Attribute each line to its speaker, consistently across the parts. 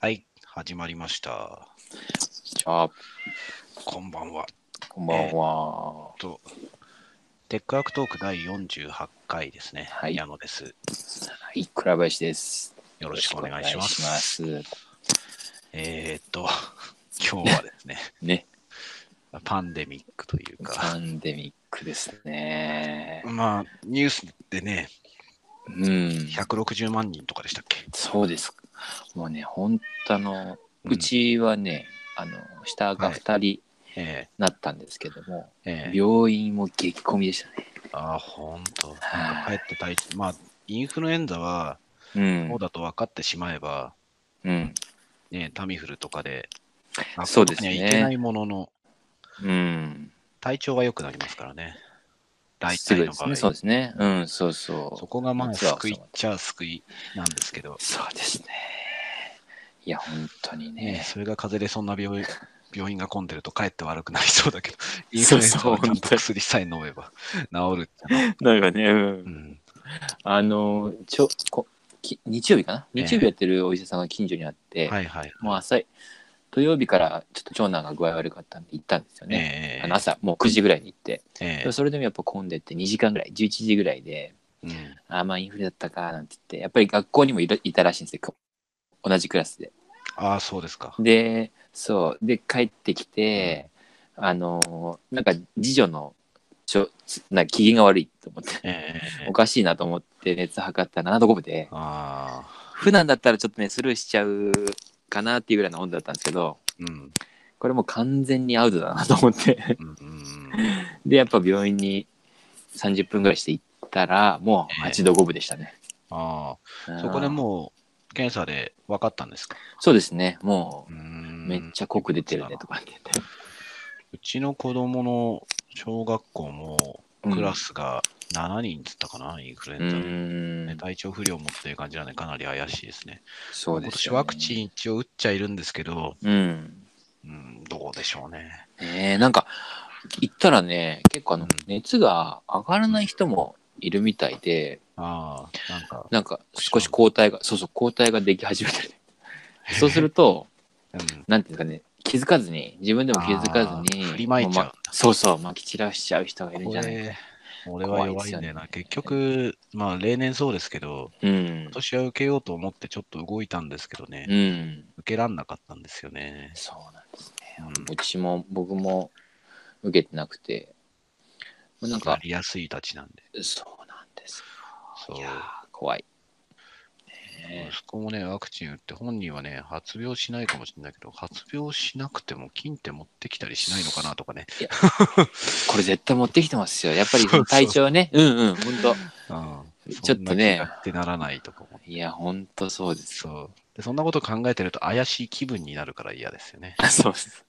Speaker 1: はい、始まりました。
Speaker 2: じゃあ、
Speaker 1: こんばんは。
Speaker 2: こんばんは。
Speaker 1: と、テックアクトーク第48回ですね。
Speaker 2: はい
Speaker 1: 矢野です。
Speaker 2: はい、倉林です。
Speaker 1: よろしくお願いします。
Speaker 2: よろしくお願いします
Speaker 1: えーっと、今日はです ね、
Speaker 2: ね、
Speaker 1: パンデミックというか、
Speaker 2: パンデミックですね。
Speaker 1: まあ、ニュースでね、
Speaker 2: うん、
Speaker 1: 160万人とかでしたっけ
Speaker 2: そうです。もうね、本当あの、
Speaker 1: うん
Speaker 2: うちはね、あの、下が2人
Speaker 1: え
Speaker 2: なったんですけども、
Speaker 1: えええ
Speaker 2: 病院も激混みでしたね。
Speaker 1: ああ、ほんと。なんか帰って大まあ、インフルエンザは、
Speaker 2: うん
Speaker 1: そうだと分かってしまえば、
Speaker 2: うん、
Speaker 1: ね、タミフルとかで、
Speaker 2: そうです
Speaker 1: 学校
Speaker 2: ね
Speaker 1: にはいけないものの、
Speaker 2: うん、
Speaker 1: 体調が良くなりますからね。大
Speaker 2: す
Speaker 1: 体の
Speaker 2: ぐで
Speaker 1: 場
Speaker 2: す
Speaker 1: 合。
Speaker 2: ね。そうですね。うん、そうそう。
Speaker 1: そこがまあ
Speaker 2: 夏は
Speaker 1: 救いっちゃ救いなんですけど、
Speaker 2: そうですね。いや、本当に
Speaker 1: ね
Speaker 2: ね。
Speaker 1: それが風邪でそんな病 院病院が混んでるとかえって悪くなりそうだけど、インフ
Speaker 2: そうそう
Speaker 1: ルエンザはちゃん
Speaker 2: 本
Speaker 1: と
Speaker 2: 当に
Speaker 1: 薬さえ飲めば治るっていうの
Speaker 2: なんかね、うん
Speaker 1: うん
Speaker 2: あのちょこき日曜日かな
Speaker 1: ええ
Speaker 2: 日曜日やってるお医者さんが近所にあって、
Speaker 1: はいはい。
Speaker 2: もう朝い土曜日からちょっと長男が具合悪かったんで行ったんですよね、
Speaker 1: ええ
Speaker 2: あの朝もう9時ぐらいに行って、
Speaker 1: え
Speaker 2: でもそれでもやっぱ混んでって2時間ぐらい11時ぐらいで
Speaker 1: えうん
Speaker 2: あーまあインフルだったかなんて言ってやっぱり学校にもいるいたらしいんですよこ同じクラスで
Speaker 1: ああ、そうですか。
Speaker 2: でそうで帰ってきて、あのなんか次女のちょつなんか機嫌が悪いと思って、
Speaker 1: ええええ
Speaker 2: おかしいなと思って熱測ったら7度5分で、
Speaker 1: ああ、
Speaker 2: 普段だったらちょっとねスルーしちゃうかなっていうぐらいの温度だったんですけど
Speaker 1: うん。
Speaker 2: これもう完全にアウトだなと思って
Speaker 1: うんうん
Speaker 2: でやっぱ病院に30分ぐらいして行ったらもう
Speaker 1: ええ
Speaker 2: 8度5分でしたね、
Speaker 1: ああ、そこで
Speaker 2: う
Speaker 1: もう検査で分かったんですか。
Speaker 2: そうですねも
Speaker 1: う
Speaker 2: うんめっちゃ濃く出てるねとかって言って、
Speaker 1: うちの子供の小学校も
Speaker 2: うん
Speaker 1: クラスが7人っつったかな、インフル
Speaker 2: う
Speaker 1: エンザで。
Speaker 2: ん、
Speaker 1: ね体調不良を持ってる感じなんで、かなり怪しいですね。
Speaker 2: そう
Speaker 1: 今
Speaker 2: です
Speaker 1: 年
Speaker 2: よね
Speaker 1: ワクチン一応打っちゃいるんですけど、
Speaker 2: うん
Speaker 1: うん、どうでしょうね。
Speaker 2: えー、なんか行ったらね結構あの
Speaker 1: うん
Speaker 2: 熱が上がらない人もいるみたいで
Speaker 1: ああ、なんか、
Speaker 2: なんか少し抗体がそうそう抗体ができ始 めてるそうすると
Speaker 1: うん、
Speaker 2: なんていうんですかね、気づかずに、自分でも気づかずに、
Speaker 1: あー振りまいちゃう
Speaker 2: もまそうそう、まき散らしちゃう人がいるん
Speaker 1: こ
Speaker 2: じゃないか。
Speaker 1: れ、俺は弱いんだよな。結局、まあ、例年そうですけど、
Speaker 2: うん
Speaker 1: 今。年は受けようと思ってちょっと動いたんですけどね、
Speaker 2: うん。
Speaker 1: 受けらんなかったんですよね。
Speaker 2: そうなんですね。
Speaker 1: うん
Speaker 2: うちも、僕も受けてなくて、まあな
Speaker 1: や
Speaker 2: んか、
Speaker 1: りやすいたちなんで。
Speaker 2: そうなんです
Speaker 1: そ
Speaker 2: よ。
Speaker 1: う
Speaker 2: いやー、怖い。ね
Speaker 1: 息子もね、ワクチン打って、本人はね、発病しないかもしれないけど、発病しなくても金って持ってきたりしないのかなとかね。
Speaker 2: これ絶対持ってきてますよ。やっぱり
Speaker 1: そうそう
Speaker 2: 体調ね、うんうん、ほんと。
Speaker 1: うん、
Speaker 2: ちょっとね
Speaker 1: そんな気がってならないとかも。
Speaker 2: いや、ほんとそうです。
Speaker 1: そうで。そんなこと考えてると怪しい気分になるから嫌ですよ ね。
Speaker 2: そ うです。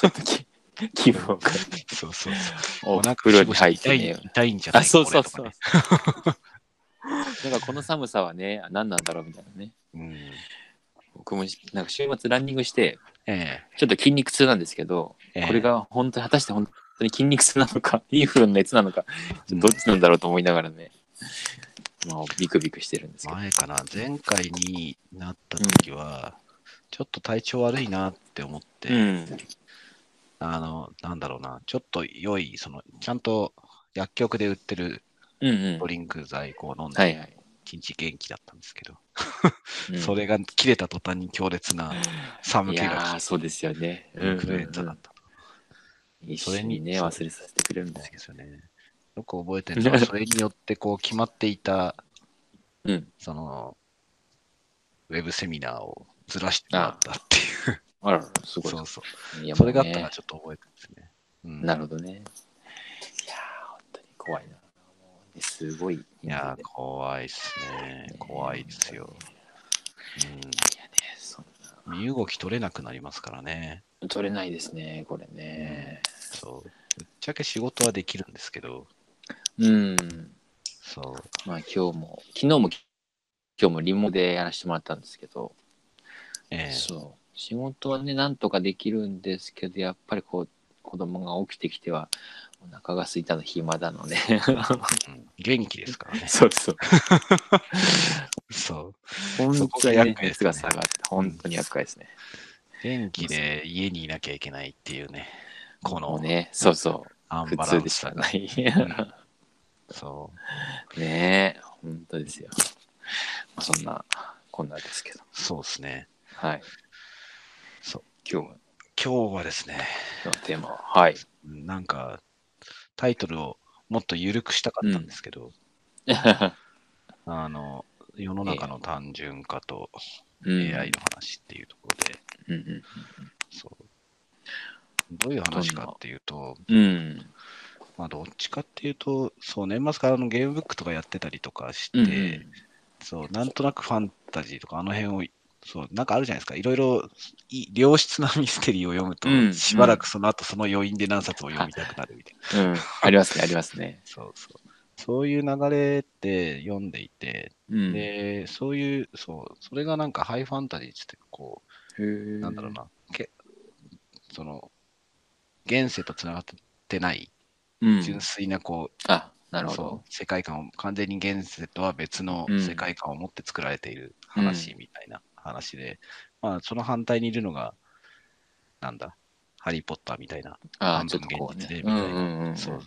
Speaker 2: ちょっとき気分を変えて、
Speaker 1: そうそうそう。
Speaker 2: お
Speaker 1: お腹
Speaker 2: 風呂に入っ
Speaker 1: 痛
Speaker 2: て
Speaker 1: い
Speaker 2: ね、
Speaker 1: 痛いんじゃない
Speaker 2: あ、そうそう
Speaker 1: こ
Speaker 2: そう。
Speaker 1: れとか
Speaker 2: なんかこの寒さはね、あ何なんだろうみたいなね。
Speaker 1: ねうん、
Speaker 2: 僕もなんか週末ランニングして、
Speaker 1: え
Speaker 2: ちょっと筋肉痛なんですけど、
Speaker 1: えええ
Speaker 2: これが本当に果たして本当に筋肉痛なのか、 インフルの熱なのか、ちょっとどっちなんだろうと思いながらね、まあビクビクしてるんですけど。
Speaker 1: 前かな、前回になった時は、ちょっと体調悪いなって思って、
Speaker 2: うん、
Speaker 1: あの、なんだろうな、ちょっと良い、その、ちゃんと薬局で売ってる
Speaker 2: うん、うん。
Speaker 1: ドリンク剤こう飲ん
Speaker 2: は
Speaker 1: で、
Speaker 2: いはい。
Speaker 1: 一日元気だったんですけど、
Speaker 2: うん
Speaker 1: それが切れた途端に強烈な寒
Speaker 2: い
Speaker 1: 気
Speaker 2: や
Speaker 1: が
Speaker 2: ー、そうですよね。
Speaker 1: 来て、インフルエンザ
Speaker 2: うん
Speaker 1: だ
Speaker 2: う
Speaker 1: っ
Speaker 2: ん
Speaker 1: たん
Speaker 2: うん一
Speaker 1: それ
Speaker 2: 緒
Speaker 1: に
Speaker 2: にね、忘れさせてくれるんで
Speaker 1: ですす
Speaker 2: け
Speaker 1: けどね。よく覚えてる のは、それによってこう決まっていた、
Speaker 2: ど。うん。
Speaker 1: その、ウェブセミナーをずらしてもらったっていう。
Speaker 2: あらら、すごい。
Speaker 1: そうそう。
Speaker 2: いや
Speaker 1: それがあった
Speaker 2: もうね
Speaker 1: らちょっと覚えてますね。うん、
Speaker 2: なるほどね。いやー、本当に怖いな。もうねすごい。
Speaker 1: いやー、怖いっすね。怖いですよ。
Speaker 2: いやね、そん
Speaker 1: うん、身動き取れなくなりますからね。
Speaker 2: な取れないですね、これね。
Speaker 1: そう。ぶっちゃけ仕事はできるんですけど、
Speaker 2: うん。
Speaker 1: そう。
Speaker 2: まあ今日も、昨日も、今日もリモートでやらせてもらったんですけど、
Speaker 1: ええ
Speaker 2: そう。仕事はね、なんとかできるんですけど、やっぱりこう、子供が起きてきては、お腹が空いたの暇 だので。
Speaker 1: うん元気ですからね。
Speaker 2: そうそう。
Speaker 1: そう。
Speaker 2: 本
Speaker 1: そこ
Speaker 2: 当
Speaker 1: が
Speaker 2: に
Speaker 1: 厄介で
Speaker 2: ね
Speaker 1: すね
Speaker 2: 熱が下がって、本当に厄介ですね。
Speaker 1: 電気で家にいなきゃいけないっていうね、こ
Speaker 2: も
Speaker 1: の
Speaker 2: うね、そうそ
Speaker 1: ア
Speaker 2: う、
Speaker 1: ン
Speaker 2: 普
Speaker 1: バラ
Speaker 2: 通
Speaker 1: ン
Speaker 2: でし
Speaker 1: ス
Speaker 2: か
Speaker 1: さが。
Speaker 2: ない。
Speaker 1: そう。
Speaker 2: ねえ、本当ですよ。まあそんな、こんなですけど。
Speaker 1: そうですね。
Speaker 2: はい。
Speaker 1: そう
Speaker 2: 今日の
Speaker 1: 今日はですね、
Speaker 2: テーマは、 はい。
Speaker 1: なんか、タイトルをもっと緩くしたかったんですけど、あの、世の中の単純化と
Speaker 2: うん
Speaker 1: AI の話っていうところで、
Speaker 2: うん
Speaker 1: そう。どういう話かっていうと、
Speaker 2: うん。うん。
Speaker 1: まあ、どっちかっていうと、そう、年末からあのゲームブックとかやってたりとかして、
Speaker 2: うん
Speaker 1: そう、なんとなくファンタジーとか、あの辺を、そう、なんかあるじゃないですか、いろいろい良質なミステリーを読むと、
Speaker 2: うん
Speaker 1: しばらくその後その余韻で何冊も読みたくなるみたいな。
Speaker 2: うん。ありますね、ありますね。
Speaker 1: そうそう。そういう流れって読んでいて、
Speaker 2: うん。へ
Speaker 1: で、そういう、そう、それがなんかハイファンタジーっつって、こう、
Speaker 2: ー
Speaker 1: なんだろう。な、けその、現世とつながってない、
Speaker 2: うん。
Speaker 1: 純粋な、こう、
Speaker 2: あ、なるほ
Speaker 1: そう
Speaker 2: ど。
Speaker 1: 世界観を、完全に現世とは別の
Speaker 2: うん
Speaker 1: 世界観を持って作られている話みたいな話で、まあ、その反対にいるのが、なんだ、ハリー・ポッターみたいな
Speaker 2: あ
Speaker 1: 半、分
Speaker 2: ちょっとこうね
Speaker 1: 現実で。み
Speaker 2: う
Speaker 1: たいな
Speaker 2: んうんうんん。
Speaker 1: そう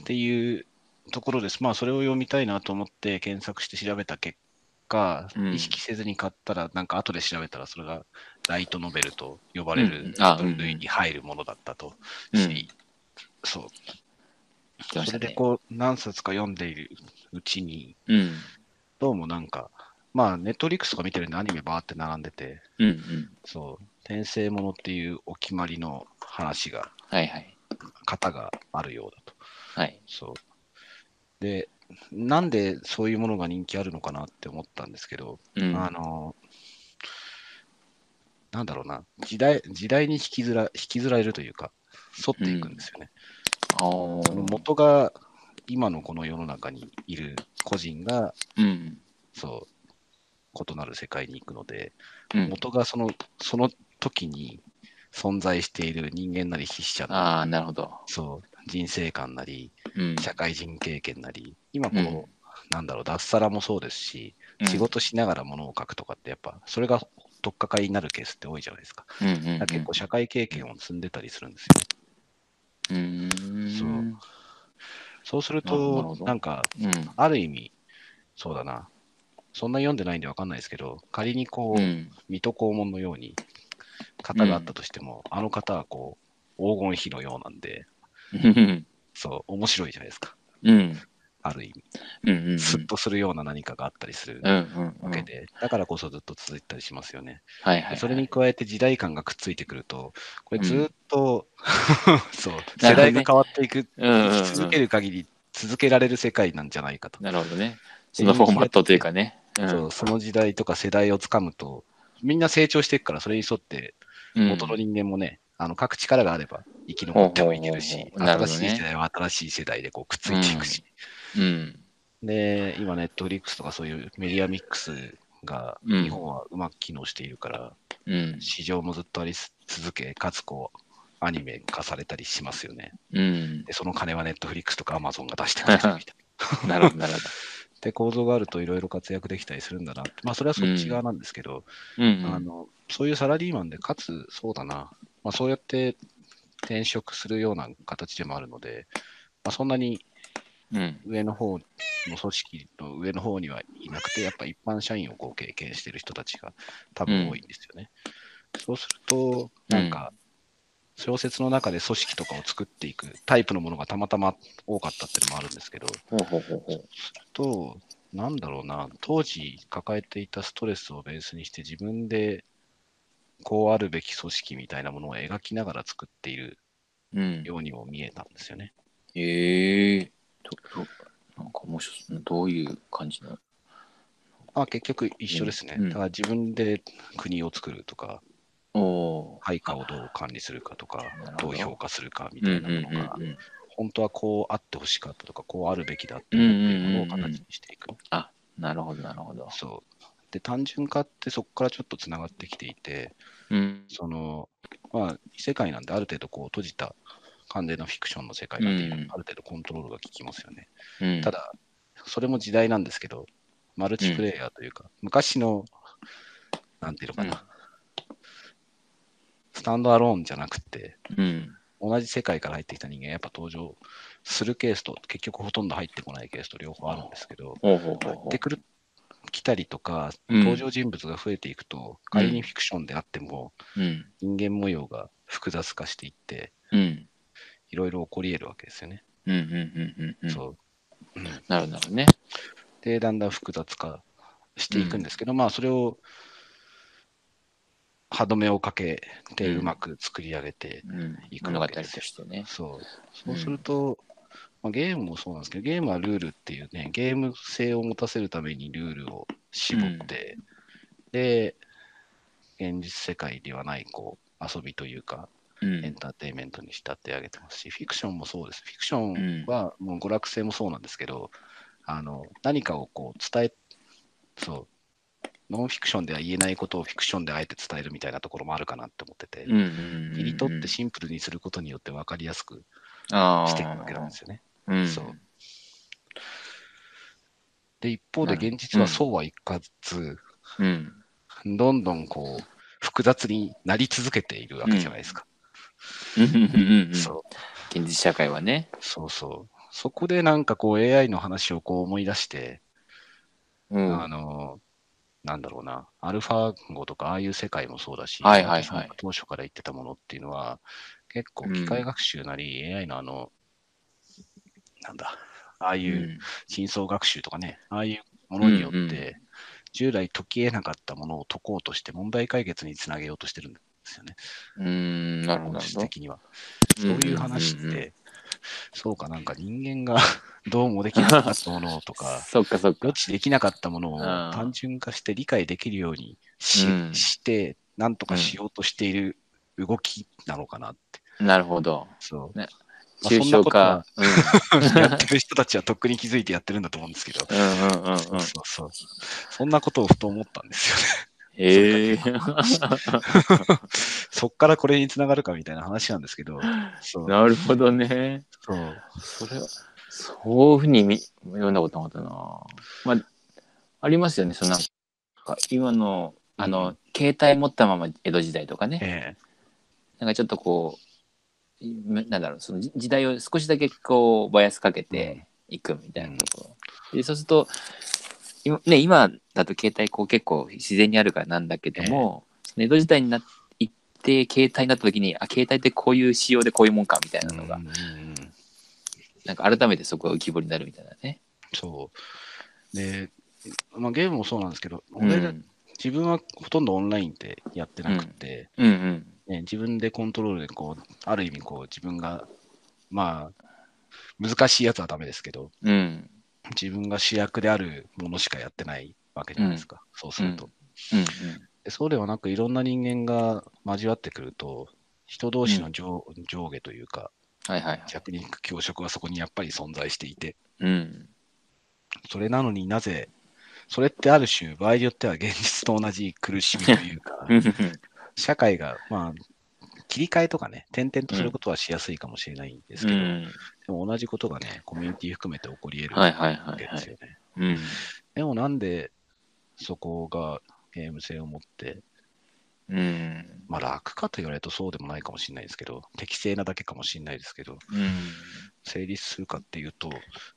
Speaker 1: っていうところです。まあ、それを読みたいなと思って検索して調べた結果、
Speaker 2: うん
Speaker 1: 意識せずに買ったら、なんか後で調べたら、それがライトノベルと呼ばれ
Speaker 2: うん
Speaker 1: る
Speaker 2: あ
Speaker 1: 分類に入るものだったと
Speaker 2: うん
Speaker 1: 知り、そう。
Speaker 2: 言ってまし
Speaker 1: それ
Speaker 2: た
Speaker 1: で
Speaker 2: ね。
Speaker 1: こう、何冊か読んでいるうちに、
Speaker 2: うん。
Speaker 1: どうもなんか、まあ、ネットフリックスとか見てるんでアニメバーって並んでて、
Speaker 2: うんうん。
Speaker 1: そう、転生ものっていうお決まりの話が、
Speaker 2: はいはい。
Speaker 1: 型があるようだと。
Speaker 2: はい。
Speaker 1: そう。で、なんでそういうものが人気あるのかなって思ったんですけど、
Speaker 2: うん。
Speaker 1: あの、なんだろうな、時代時代に引きずら引きずられるというか、沿っていくんですよね。
Speaker 2: お
Speaker 1: そ
Speaker 2: ー
Speaker 1: の元が今のこの世の中にいる個人が、
Speaker 2: うん。
Speaker 1: そう、異なる世界に行くので、
Speaker 2: うん。
Speaker 1: 元がそのその時に存在している人間なり筆者なり、
Speaker 2: ああ、なるほど。
Speaker 1: そう、人生観なり、
Speaker 2: うん。
Speaker 1: 社会人経験なり、今こ
Speaker 2: う
Speaker 1: の、
Speaker 2: ん
Speaker 1: なんだろう、脱サラもそうですし、
Speaker 2: うん
Speaker 1: 仕事しながらものを書くとかって、やっぱ、それが取っかかりになるケースって多いじゃないですか。
Speaker 2: うんうんう
Speaker 1: だ
Speaker 2: ん
Speaker 1: から結構、社会経験を積んでたりするんですよ。
Speaker 2: うーん。
Speaker 1: そうそうする
Speaker 2: なるほ
Speaker 1: と、
Speaker 2: ど
Speaker 1: なんか、
Speaker 2: うん。
Speaker 1: ある意味、そうだな、そんな読んでないんでわかんないですけど、仮にこう、
Speaker 2: うん。
Speaker 1: 水戸黄門のように、型があったとしても、あの方はこう、黄金比のようなんで、
Speaker 2: うん。
Speaker 1: そう、面白いじゃないですか。
Speaker 2: うん。
Speaker 1: ある意
Speaker 2: うんうんうん
Speaker 1: 味、スッとするような何かがあったりする。
Speaker 2: うんうんう
Speaker 1: わ
Speaker 2: ん
Speaker 1: けで、だからこそずっと続いたりしますよね。
Speaker 2: はいはい。
Speaker 1: それに加えて時代感がくっついてくると、これ
Speaker 2: うん
Speaker 1: ずっと、 そう、
Speaker 2: な
Speaker 1: 世
Speaker 2: るほどね
Speaker 1: 代が変わっていく、
Speaker 2: うんうんうん
Speaker 1: 生き続ける限り続けられる世界なんじゃないかと。
Speaker 2: なるほどね。そのフォーマットというかね。うん
Speaker 1: そうその時代とか世代をつかむと、みんな成長していくから、それに沿って、
Speaker 2: うん
Speaker 1: 元の人間もね、あの各力があれば生き残ってもいける
Speaker 2: ほう
Speaker 1: し、
Speaker 2: ほうほうなるほ
Speaker 1: 新
Speaker 2: どね
Speaker 1: しい世代は新しい世代でこうくっついていくし。
Speaker 2: うん。
Speaker 1: で、今、ネットフリックスとかそういうメディアミックスが
Speaker 2: うん
Speaker 1: 日本はうまく機能しているから、
Speaker 2: うん。
Speaker 1: 市場もずっとあり続け、かつこう、アニメ化されたりしますよね。
Speaker 2: うん。
Speaker 1: で、その金はネットフリックスとかアマゾンが出してくれてるみたいな。
Speaker 2: なるほど、なるほ
Speaker 1: で、構造があるといろいろ活躍できたりするんだなって。まあ、それはそっち側なんですけど、
Speaker 2: ど。うんう
Speaker 1: あ
Speaker 2: ん。
Speaker 1: のそういうサラリーマンで、かつ、そうだな、まあ、そうやって転職するような形でもあるので、まあ、そんなに
Speaker 2: うん。
Speaker 1: 上の方の組織の上の方にはいなくて、やっぱ一般社員をこう経験してる人たちが多分多いんですよね。そうすると、なんか、小説の中で組織とかを作っていくタイプのものがたまたま多かったっていうのもあるんですけど、
Speaker 2: ほうほうほうほう。
Speaker 1: と、なんだろうな、当時抱えていたストレスをベースにして自分でこうあるべき組織みたいなものを描きながら作っている
Speaker 2: うん。
Speaker 1: ようにも見えたんですよね。
Speaker 2: ええ。どどなんか面白そう。どういう感じの。
Speaker 1: あ結局一緒ですね。
Speaker 2: うん
Speaker 1: だから自分で国を作るとか、
Speaker 2: おお
Speaker 1: 配下をどう管理するかとか
Speaker 2: なる、ほ
Speaker 1: ど
Speaker 2: ど
Speaker 1: う評価するかみ
Speaker 2: ー。
Speaker 1: た
Speaker 2: う
Speaker 1: い
Speaker 2: ん
Speaker 1: な
Speaker 2: うん
Speaker 1: も
Speaker 2: うんう
Speaker 1: のが、
Speaker 2: ん。
Speaker 1: 本当はこうあってほしかったとか、こうあるべきだって思っているものを形にしていく。
Speaker 2: あ、なるほど、なるほど。
Speaker 1: そう。で、単純化ってそこからちょっとつながってきていて、
Speaker 2: うん。
Speaker 1: その、まあ、異世界なんである程度こう閉じた完全なフィクションの世界なんで、
Speaker 2: うん
Speaker 1: ある程度コントロールが効きますよね。
Speaker 2: うん
Speaker 1: ただ、それも時代なんですけど、マルチプレイヤーというか、昔の、なんていうのかな、スタンドアローンじゃなくて、
Speaker 2: うん。
Speaker 1: 同じ世界から入ってきた人間、やっぱ登場するケースと、結局ほとんど入ってこないケースと両方あるんですけど、
Speaker 2: ほうほうほう
Speaker 1: 入っ
Speaker 2: ほ
Speaker 1: てくる、来たりとか、
Speaker 2: うん
Speaker 1: 登場人物が増えていくと、仮にフィクションであっても、
Speaker 2: う。うん。
Speaker 1: 人間模様が複雑化していって、
Speaker 2: うん。
Speaker 1: いろいろ起こり得るわけですよね。
Speaker 2: うんうんうんうんうん。
Speaker 1: そう
Speaker 2: なるほどね。
Speaker 1: で、だんだん複雑化していくんですけど、まあ、それを歯止めをかけて、
Speaker 2: うん
Speaker 1: うまく作り上げて、
Speaker 2: うん
Speaker 1: い。く
Speaker 2: 物語
Speaker 1: わ
Speaker 2: と
Speaker 1: けですよ
Speaker 2: してね。
Speaker 1: そう。
Speaker 2: う
Speaker 1: そ
Speaker 2: ん
Speaker 1: うすると、まあ、ゲームもそうなんですけど、ゲームはルールっていうね、ゲーム性を持たせるためにルールを絞って、で、現実世界ではない、こう、遊びというか、
Speaker 2: う
Speaker 1: エン
Speaker 2: ん。
Speaker 1: ターテインメントに仕立て上げてますし、フィクションもそうです。フィクションは、もう娯楽性もそうなんですけど、あの、何かをこう伝え、そう、ノンフィクションでは言えないことをフィクションであえて伝えるみたいなところもあるかなって思ってて、
Speaker 2: うんうん。
Speaker 1: 切り取ってシンプルにすることによって分かりやすく
Speaker 2: あー
Speaker 1: していくわけなんですよね。
Speaker 2: うん。
Speaker 1: そうで、一方で
Speaker 2: なる
Speaker 1: 現実はそうはいかず、
Speaker 2: うん。
Speaker 1: どんどんこう、複雑になり続けているわけじゃないですか。
Speaker 2: うんうんうんうん。
Speaker 1: そう
Speaker 2: 現実社会はね。
Speaker 1: そうそう。そこでなんかこう AI の話をこう思い出して、
Speaker 2: うん。
Speaker 1: あの、なんだろうな、アルファ語とかああいう世界もそうだし、
Speaker 2: はいはいは
Speaker 1: 私
Speaker 2: い
Speaker 1: が当初から言ってたものっていうのは、結構機械学習なり、AI のあの、なんだ、ああいううん真相学習とかね、ああいうものによって、
Speaker 2: うんうん
Speaker 1: 従来解き得なかったものを解こうとして問題解決につなげようとしてるんですよね、
Speaker 2: うーん。なる
Speaker 1: 本
Speaker 2: ほど。なる
Speaker 1: 質
Speaker 2: ほど
Speaker 1: 的には。そういう話って、
Speaker 2: うんうんうん
Speaker 1: そうか、なんか人間が どうもできなかったものとか、
Speaker 2: そっかそっか
Speaker 1: 予。知できなかったものを
Speaker 2: あー
Speaker 1: 単純化して理解できるようにし,、
Speaker 2: うん
Speaker 1: して、なんとかしようとしている動きなのかなって。
Speaker 2: なるほど。
Speaker 1: そう。
Speaker 2: ね
Speaker 1: まあ
Speaker 2: 抽象化。
Speaker 1: やってる人たちはとっくに気づいてやってるんだと思うんですけど、
Speaker 2: うんうんうんうん。
Speaker 1: そううんそう。そんなことをふと思ったんですよね。
Speaker 2: ええ
Speaker 1: そっからこれにつながるかみたいな話なんですけど、そう。
Speaker 2: なるほどね。
Speaker 1: そう
Speaker 2: それは、そういうふうにみ読んだことなかったな。まあ、ありますよね、そのなんか、今の、あ
Speaker 1: う
Speaker 2: の、携帯持ったまま江戸時代とかね、
Speaker 1: ええ
Speaker 2: なんかちょっとこう、いなんだろう、その時時代を少しだけこう、バイアスかけていくみたいなところ。で、そうすると、今ね、今だと携帯こう結構自然にあるからなんだけども、その江戸時代になって、行って携帯になった時にあ携帯ってこういう仕様でこういうもんかみたいなのが
Speaker 1: うんうんうん
Speaker 2: なんか改めてそこが浮き彫りになるみたいなね。
Speaker 1: そう。で、まあ、ゲームもそうなんですけど、
Speaker 2: うん、
Speaker 1: 俺ら自分はほとんどオンラインでやってなくて、
Speaker 2: うんうん。
Speaker 1: ね、自分でコントロールでこう、ある意味こう自分が、まあ、難しいやつはダメですけど、
Speaker 2: うん。
Speaker 1: 自分が主役であるものしかやってないわけじゃないですか、そうすると。
Speaker 2: うん
Speaker 1: でそうではなく、いろんな人間が交わってくると、人同士の上,、上下というか、
Speaker 2: はいはいはい。
Speaker 1: 弱肉強食はそこにやっぱり存在していて、
Speaker 2: うん。
Speaker 1: それなのになぜ、それってある種、場合によっては現実と同じ苦しみというか、社会が、まあ、切り替えとかね、転々とすることはしやすいかもしれないんですけど、
Speaker 2: うん
Speaker 1: でも同じことがね、コミュニティ含めて起こり得る
Speaker 2: はい
Speaker 1: わ
Speaker 2: はいは
Speaker 1: け
Speaker 2: い
Speaker 1: で
Speaker 2: は
Speaker 1: す
Speaker 2: い。
Speaker 1: よね。
Speaker 2: うん。
Speaker 1: でもなんで、そこがゲーム性を持って、
Speaker 2: うん。
Speaker 1: まあ楽かと言われるとそうでもないかもしれないですけど、適正なだけかもしれないですけど、成立するかっていうと、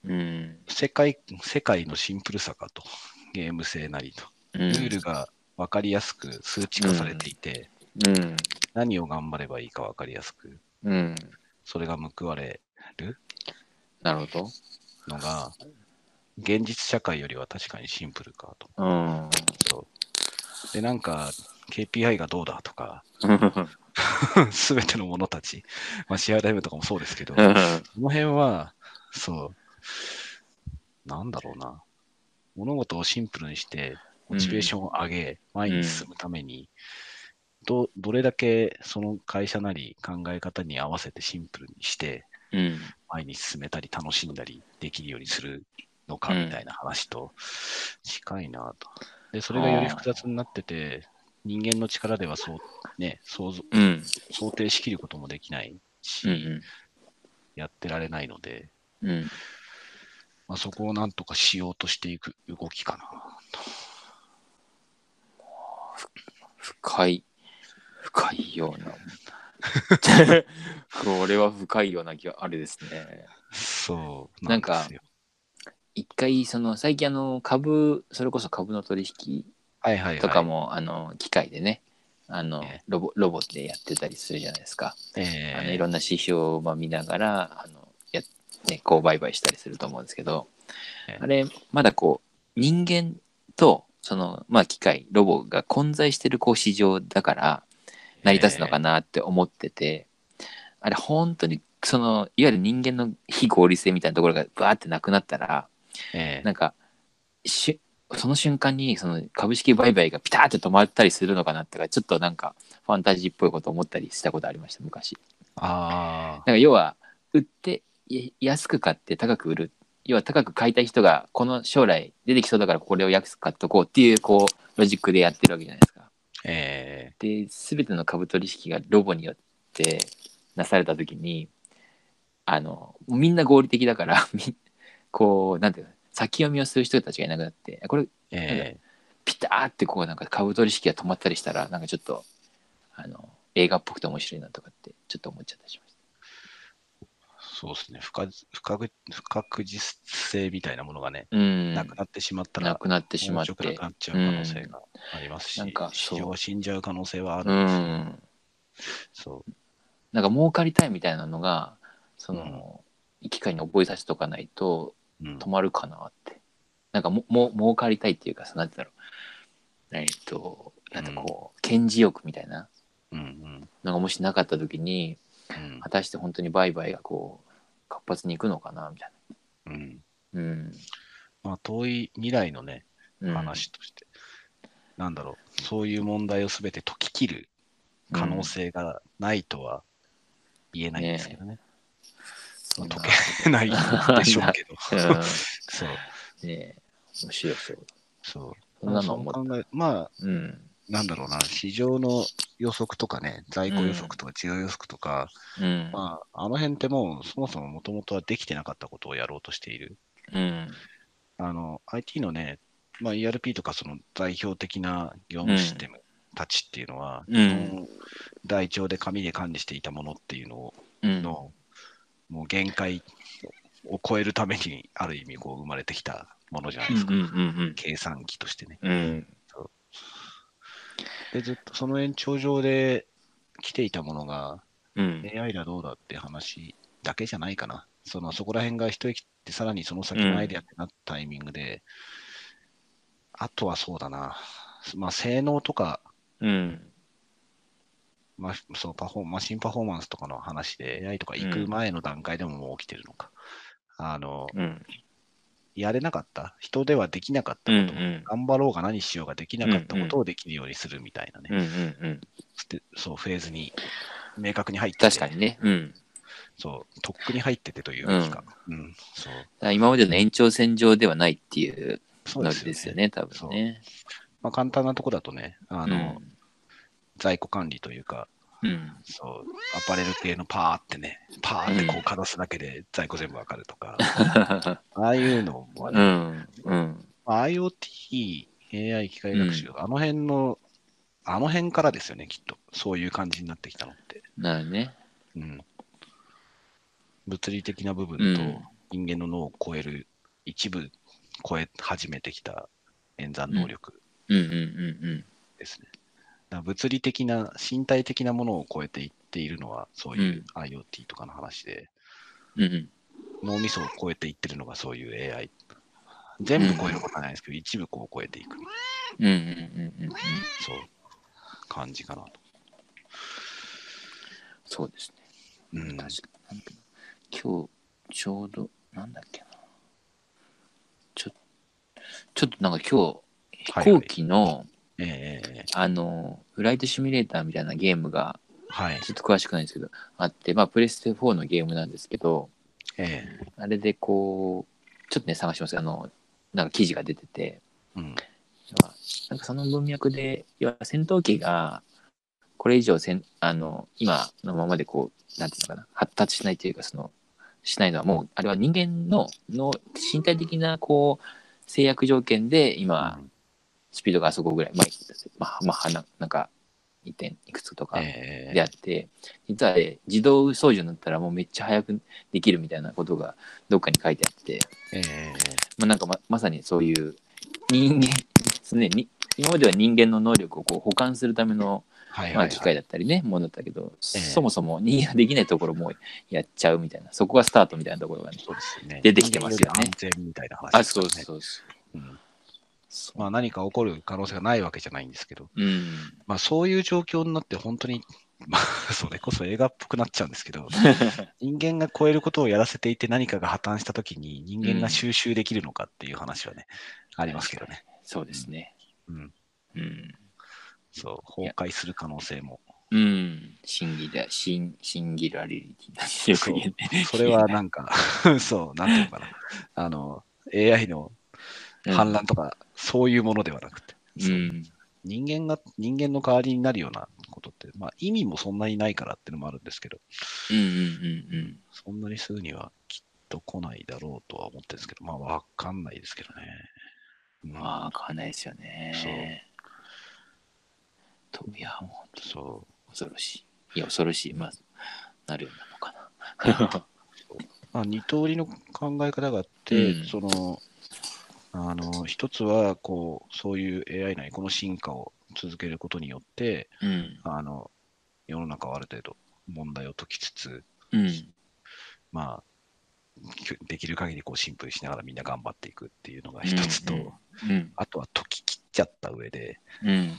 Speaker 2: うん。うん。
Speaker 1: 世界、世界のシンプルさかと、ゲーム性なりと。
Speaker 2: うん
Speaker 1: ルールが分かりやすく数値化されていて、
Speaker 2: うん。
Speaker 1: 何を頑張ればいいか分かりやすく、
Speaker 2: うん。
Speaker 1: それが報われる
Speaker 2: なるほ
Speaker 1: のが、現実社会よりは確かにシンプルかと。
Speaker 2: ど。うん。
Speaker 1: そうで、なんか、KPI がどうだとか、 すべての者たち、まあ、シェアライブとかもそうですけど、この辺は、そう、なんだろうな、物事をシンプルにして、モチベーションを上げ、前に進むために、ど、どれだけその会社なり考え方に合わせてシンプルにして、
Speaker 2: うん。
Speaker 1: 前に進めたり楽しんだりできるようにするのか
Speaker 2: うん
Speaker 1: みたいな話と近いなと。で、それがより複雑になってて、人間の力ではそう、ね、想像
Speaker 2: うん。
Speaker 1: 想定しきることもできないし、
Speaker 2: うん。
Speaker 1: やってられないので、
Speaker 2: うん。
Speaker 1: まあ、そこをなんとかしようとしていく動きか
Speaker 2: 深い深いようなこれは深いような気があれですね
Speaker 1: な。そう
Speaker 2: なんか
Speaker 1: ですよ。
Speaker 2: 一回その最近あの株それこそ株の取引
Speaker 1: はいはいはい。
Speaker 2: とかも、あの機械でねあの
Speaker 1: ええ
Speaker 2: ロボロボットでやってたりするじゃないですか、
Speaker 1: え
Speaker 2: あの
Speaker 1: え
Speaker 2: いろんな指標をまあ見ながらあのや、ね、こう売買したりすると思うんですけど、
Speaker 1: ええ
Speaker 2: あれまだこう人間とその、まあ、機械ロボが混在してるこう市場だから成り立つのかなって思ってて、あれ本当にそのいわゆる人間の非合理性みたいなところがバーってなくなったら
Speaker 1: ええ
Speaker 2: なんかしその瞬間にその株式売買がピターって止まったりするのかなってかちょっとなんかファンタジーっぽいこと思ったりしたことありました昔。
Speaker 1: あ
Speaker 2: なんか要は売ってい安く買って高く売る要は高く買いたい人がこの将来出てきそうだからこれを安く買っとこうっていうこうロジックでやってるわけじゃないですか。
Speaker 1: あ、え
Speaker 2: で全ての株取引がロボによってなされた時にあのみんな合理的だから みこうなんていうの先読みをする人たちがいなくなってこれ
Speaker 1: ええ
Speaker 2: ピターってこうなんか株取引が止まったりしたらなんかちょっとあの映画っぽくて面白いなとかってちょっと思っちゃったりしまし
Speaker 1: そうですね不確不確不確実性みたいなものがね、
Speaker 2: た。うん
Speaker 1: なくなってしまった
Speaker 2: な
Speaker 1: ら、
Speaker 2: くなってしま
Speaker 1: 面
Speaker 2: っ
Speaker 1: 白くな
Speaker 2: て
Speaker 1: く。なっちゃう可能性がありますし、
Speaker 2: うんなんかそ
Speaker 1: 市
Speaker 2: う
Speaker 1: 場が死んじゃう可能性はあ
Speaker 2: う
Speaker 1: る。
Speaker 2: ん。
Speaker 1: そう
Speaker 2: なんか儲かりたいみたいなのが、その、機会に覚えさせておかないと
Speaker 1: うん
Speaker 2: 止まるかなって。なんかも、も、儲かりたいっていうかさ、なんて言うんだろう。えっと、なんかこう、顕示欲みたいな
Speaker 1: うんうん
Speaker 2: のがもしなかった時に、
Speaker 1: うん
Speaker 2: 果たして本当に売買がこう、活発にいくのかなみたい
Speaker 1: うん
Speaker 2: な。うん。
Speaker 1: まあ、遠い未来のね、
Speaker 2: うん、
Speaker 1: 話として、なんだろう、そういう問題をすべて解き切る可能性がないとは言えないんですけどね。
Speaker 2: そんな
Speaker 1: まあ解けないでしょうけ ど。
Speaker 2: うん。ね
Speaker 1: そう。
Speaker 2: え、面白そう。
Speaker 1: そう。
Speaker 2: そんなの思った。
Speaker 1: そう考えまあ、
Speaker 2: うん。
Speaker 1: なんだろうな、市場の予測とかね、在庫予測とか、需要予測とか、
Speaker 2: うん。
Speaker 1: まあ、あの辺ってもう、そもそももともとはできてなかったことをやろうとしている。
Speaker 2: うん。
Speaker 1: あの、IT のね、まあ、ERP とかその代表的な業務システムたちっていうのは、
Speaker 2: う
Speaker 1: 基
Speaker 2: ん
Speaker 1: 本台帳で紙で管理していたものっていうのを
Speaker 2: うん。
Speaker 1: の、もう限界を超えるために、ある意味こう生まれてきたものじゃないですか。
Speaker 2: うんうん
Speaker 1: 計算機としてね。
Speaker 2: うんうん。
Speaker 1: で、ずっとその延長上で来ていたものが、
Speaker 2: うん
Speaker 1: AI だどうだって話だけじゃないかな。そのそこら辺が一息って、さらにその先のアイデアってなったタイミングで、あとはそうだな。まあ、性能とか、
Speaker 2: うん。
Speaker 1: まあ、そうパフォーマシンパフォーマンスとかの話で AI とか行く前の段階でももう起きてるのか。あの、
Speaker 2: うん。
Speaker 1: やれなかった、人ではできなかった
Speaker 2: うん。う
Speaker 1: こと、
Speaker 2: ん。
Speaker 1: 頑張ろうが何しようができなかったことをできるようにするみたいなね、
Speaker 2: うん。うん。
Speaker 1: でそうフェーズに明確に入ってて
Speaker 2: 確かにね。うん。
Speaker 1: そう、とっくに入っててというべきか、うんそう
Speaker 2: 今までの延長線上ではないっていう
Speaker 1: そう
Speaker 2: の
Speaker 1: で
Speaker 2: です
Speaker 1: よね。
Speaker 2: すよね、多分ね。
Speaker 1: まあ、簡単なとこだとね、あ
Speaker 2: あ
Speaker 1: の、在庫管理というか、
Speaker 2: うん。
Speaker 1: そう、アパレル系のパーってね、パーってこうかざすだけで在庫全部わかるとか、ああいうのは
Speaker 2: う
Speaker 1: ね、
Speaker 2: ん。うん。
Speaker 1: まあ IoT、AI 機械学習、あの辺の、あの辺からですよね、きっと。そういう感じになってきたのって。
Speaker 2: なるね。
Speaker 1: うん、物理的な部分
Speaker 2: うん
Speaker 1: と人間の脳を超える、一部超え始めてきた演算能力
Speaker 2: うんうんうん
Speaker 1: ですね。だから物理的な、身体的なものを超えていっているのは、そういうう IoT とかの話で、
Speaker 2: うん。うん。
Speaker 1: 脳みそを超えていってるのがそういう AI。全部超えることはないですけど、一部こう超えていくみたいな、
Speaker 2: うんうんうんうん。
Speaker 1: そう、感じかなと。
Speaker 2: そうですね。
Speaker 1: うん、
Speaker 2: 確かに。今日、ちょうど、なんだっけな。ちょ、ちょっとなんか今日、飛行機の、
Speaker 1: ええええええ
Speaker 2: あの、フライトシミュレーターみたいなゲームが、
Speaker 1: はい。
Speaker 2: ちょっと詳しくないんですけど、あって、まあ、プレステ4のゲームなんですけど、
Speaker 1: ええ
Speaker 2: あれでこう、ちょっとね、探しますあの、なんか記事が出てて、
Speaker 1: うん。
Speaker 2: まあなんかその文脈で、いや戦闘機が、これ以上せん、あの、今のままでこう、なんていうのかな、発達しないというか、その、しないのはもうあれは人間のの身体的なこう制約条件で今
Speaker 1: うん
Speaker 2: スピードがあそこぐらいまあまあ、まあ、ななんか1点いくつとか
Speaker 1: え
Speaker 2: であって、実はあれ自動操縦になったらもうめっちゃ速くできるみたいなことがどっかに書いてあって、
Speaker 1: ええ
Speaker 2: まあ、なんかままさにそういう人間常に今までは人間の能力をこう補完するための
Speaker 1: はい
Speaker 2: ま
Speaker 1: はい、は
Speaker 2: あ
Speaker 1: い。
Speaker 2: 機械だったりね、ものだったけど、
Speaker 1: ええ
Speaker 2: そもそも人間ができないところもやっちゃうみたいな、そこがスタートみたいなところがね。
Speaker 1: そうですね。
Speaker 2: 出てきてますよね
Speaker 1: 安全みたいな話
Speaker 2: あ、
Speaker 1: ですか
Speaker 2: そ
Speaker 1: ら
Speaker 2: う
Speaker 1: ね、
Speaker 2: そうそう
Speaker 1: うん
Speaker 2: そう。
Speaker 1: まあ、何か起こる可能性がないわけじゃないんですけど、
Speaker 2: うん。
Speaker 1: まあ、そういう状況になって、本当に、まあ、 それこそ映画っぽくなっちゃうんですけど、人間が超えることをやらせていて、何かが破綻したときに、人間が収集できるのかっていう話はね、ありますけどね。
Speaker 2: そうですね。
Speaker 1: うん、
Speaker 2: うん。
Speaker 1: そう崩壊する可能性も、
Speaker 2: うん。審議だ、審、審議ラリティなんてよく言えない
Speaker 1: それ はなんか、 そう、なんていうのかな、あの、AI の反乱とか、そういうものではなくて、
Speaker 2: う。
Speaker 1: そうん人間が、人間の代わりになるようなことって、まあ、意味もそんなにないからっていうのもあるんですけど、
Speaker 2: うんうんうんうん。
Speaker 1: そんなにすぐにはきっと来ないだろうとは思ってるんですけど、まあ、わかんないですけどね。うん
Speaker 2: まあ、変わんないですよね。といや、もう
Speaker 1: そ
Speaker 2: 恐ろしい。いや、恐ろしい。まあ、なるようなのかな。
Speaker 1: う。まあ、二通りの考え方があって、
Speaker 2: うん
Speaker 1: その、あの、一つは、こう、そういう AI 内この進化を続けることによって、
Speaker 2: うん。
Speaker 1: あの、世の中はある程度問題を解きつつ、
Speaker 2: うん。
Speaker 1: まあ、きゅできる限りこうシンプルにしながらみんな頑張っていくっていうのが一つと、
Speaker 2: うんうん。
Speaker 1: あとは解き切っちゃった上で、
Speaker 2: うん。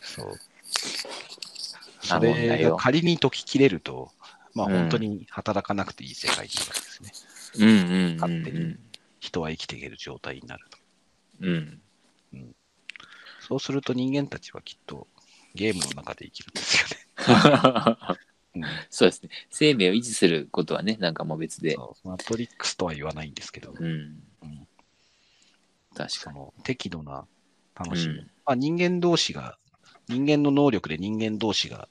Speaker 1: そう。
Speaker 2: あ
Speaker 1: そ
Speaker 2: 問題を
Speaker 1: れが仮に解き切れると、まあ本当に働かなくていい世界っていうわけですね。
Speaker 2: うんうんうんうん。
Speaker 1: 勝手に人は生きていける状態になると。
Speaker 2: うん。
Speaker 1: そうすると人間たちはきっとゲームの中で生きるんですよね。
Speaker 2: そうですね。生命を維持することはね、なんかもう別で。
Speaker 1: そうマトリックスとは言わないんですけど、
Speaker 2: うん。
Speaker 1: うん
Speaker 2: 確
Speaker 1: そ
Speaker 2: かに。
Speaker 1: の適度な楽しみ。
Speaker 2: う
Speaker 1: まあ人間同士が、人間の能力で人間同士が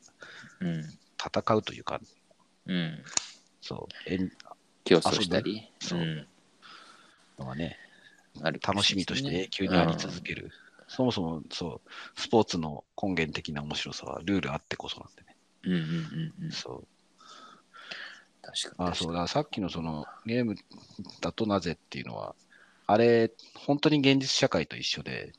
Speaker 2: ん。うん。
Speaker 1: 戦うというか、
Speaker 2: うん。
Speaker 1: そう、えん
Speaker 2: 競争したり。
Speaker 1: そう
Speaker 2: うん。
Speaker 1: のがね、
Speaker 2: ある
Speaker 1: 楽しみとして永久にあり続ける。そもそも、そう、スポーツの根源的な面白さはルールあってこそなんでね。
Speaker 2: る。うんうんうんうん。
Speaker 1: そう。
Speaker 2: 確かに。
Speaker 1: あ、そうだ、さっきのそのゲームだとなぜっていうのは、あれ、本当に現実社会と一緒で、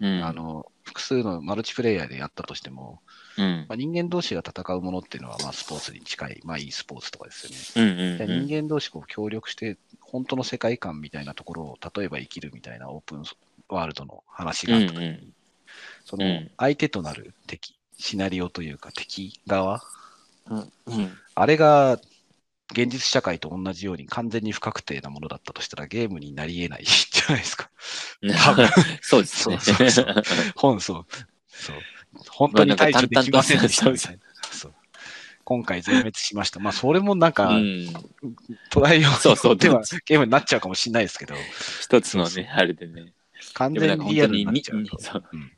Speaker 2: うん。
Speaker 1: あの、複数のマルチプレイヤーでやったとしても、
Speaker 2: うん
Speaker 1: まあ、人間同士が戦うものっていうのは、まあ、スポーツに近い、まあ、e スポーツとかですよね。
Speaker 2: うん
Speaker 1: で
Speaker 2: うんうん。
Speaker 1: 人間同士こう協力して、本当の世界観みたいなところを、例えば生きるみたいなオープンワールドの話があったときに、
Speaker 2: うんうん
Speaker 1: そうの
Speaker 2: ん
Speaker 1: 相手となる敵、シナリオというか敵側、
Speaker 2: うんうん
Speaker 1: あれが現実社会と同じように完全に不確定なものだったとしたらゲームになり得ないじゃないですか。 多分
Speaker 2: そうですね。
Speaker 1: そうそうそう本そう。そう。本当に対処できませんでしたみたいな。そう今回全滅しました。まあ、それもなんか、
Speaker 2: うん
Speaker 1: トライを
Speaker 2: そうそう
Speaker 1: ではゲームになっちゃうかもしれないですけど、
Speaker 2: 一つのね、あれでね。
Speaker 1: 完
Speaker 2: でもな
Speaker 1: 全
Speaker 2: ん
Speaker 1: にリア
Speaker 2: か本当
Speaker 1: ルに
Speaker 2: に
Speaker 1: なっ
Speaker 2: に
Speaker 1: ちゃう
Speaker 2: に
Speaker 1: と。
Speaker 2: そう
Speaker 1: うん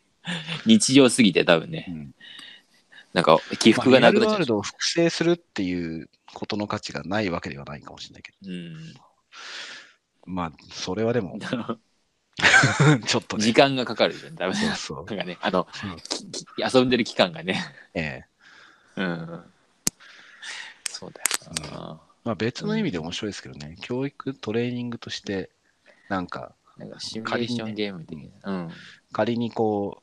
Speaker 2: 日常すぎて多分
Speaker 1: う
Speaker 2: ね、
Speaker 1: ん
Speaker 2: なんか起伏が
Speaker 1: まあ
Speaker 2: な
Speaker 1: リ
Speaker 2: く
Speaker 1: アルワ
Speaker 2: な
Speaker 1: ール
Speaker 2: っちゃ
Speaker 1: ドを複製するっていうことの価値がないわけではないかもしれないけど、
Speaker 2: う。うん
Speaker 1: まあ、それはでも、ちょっとね。
Speaker 2: 時間がかかるよね、多分ね。
Speaker 1: そうそ
Speaker 2: な
Speaker 1: う。
Speaker 2: んかね、あの、
Speaker 1: うん
Speaker 2: きき遊んでる期間がね。
Speaker 1: ええ
Speaker 2: うん。そうだよな。
Speaker 1: まあ別の意味で面白いですけどね、教育、トレーニングとして、なんか、
Speaker 2: なんかシミュレーションゲーム的な。うん。
Speaker 1: 仮にこ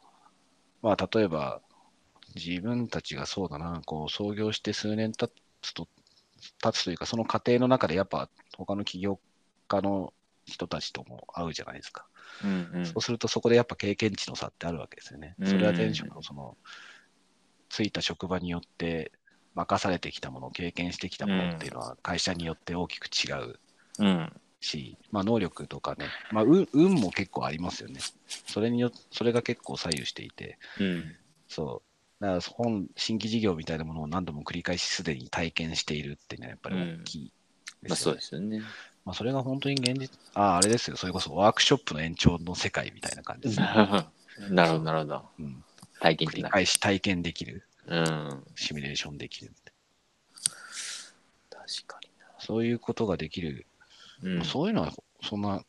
Speaker 1: う、まあ例えば、自分たちがそうだな、こう、創業して数年経つと、経つというか、その過程の中で、やっぱ、他の起業家の人たちとも会うじゃないですか。
Speaker 2: うんうん
Speaker 1: そうすると、そこでやっぱ経験値の差ってあるわけですよね。
Speaker 2: うん
Speaker 1: それは前職のその、ついた職場によって、任されてきたもの、経験してきたものっていうのは、会社によって大きく違う
Speaker 2: うん。
Speaker 1: し、まあ、能力とかね、まあ運、運も結構ありますよね。それによそれが結構左右していて、
Speaker 2: うん。
Speaker 1: そう。だから本、新規事業みたいなものを何度も繰り返し、すでに体験しているっていうのは、やっぱり大きい
Speaker 2: まあ
Speaker 1: です
Speaker 2: そ
Speaker 1: よ
Speaker 2: う
Speaker 1: ね。
Speaker 2: ですよね。
Speaker 1: まあ、それが本当に現実、ああ、あれですよ、それこそワークショップの延長の世界みたいな感じですね。
Speaker 2: なるほど、なるほど。
Speaker 1: うん
Speaker 2: 体験
Speaker 1: 繰
Speaker 2: 的
Speaker 1: り
Speaker 2: な。
Speaker 1: 返し体験できる、
Speaker 2: うん。
Speaker 1: シミュレーションできるみたい
Speaker 2: 確かにな。
Speaker 1: な。そういうことができる、
Speaker 2: うん
Speaker 1: そういうのはそんな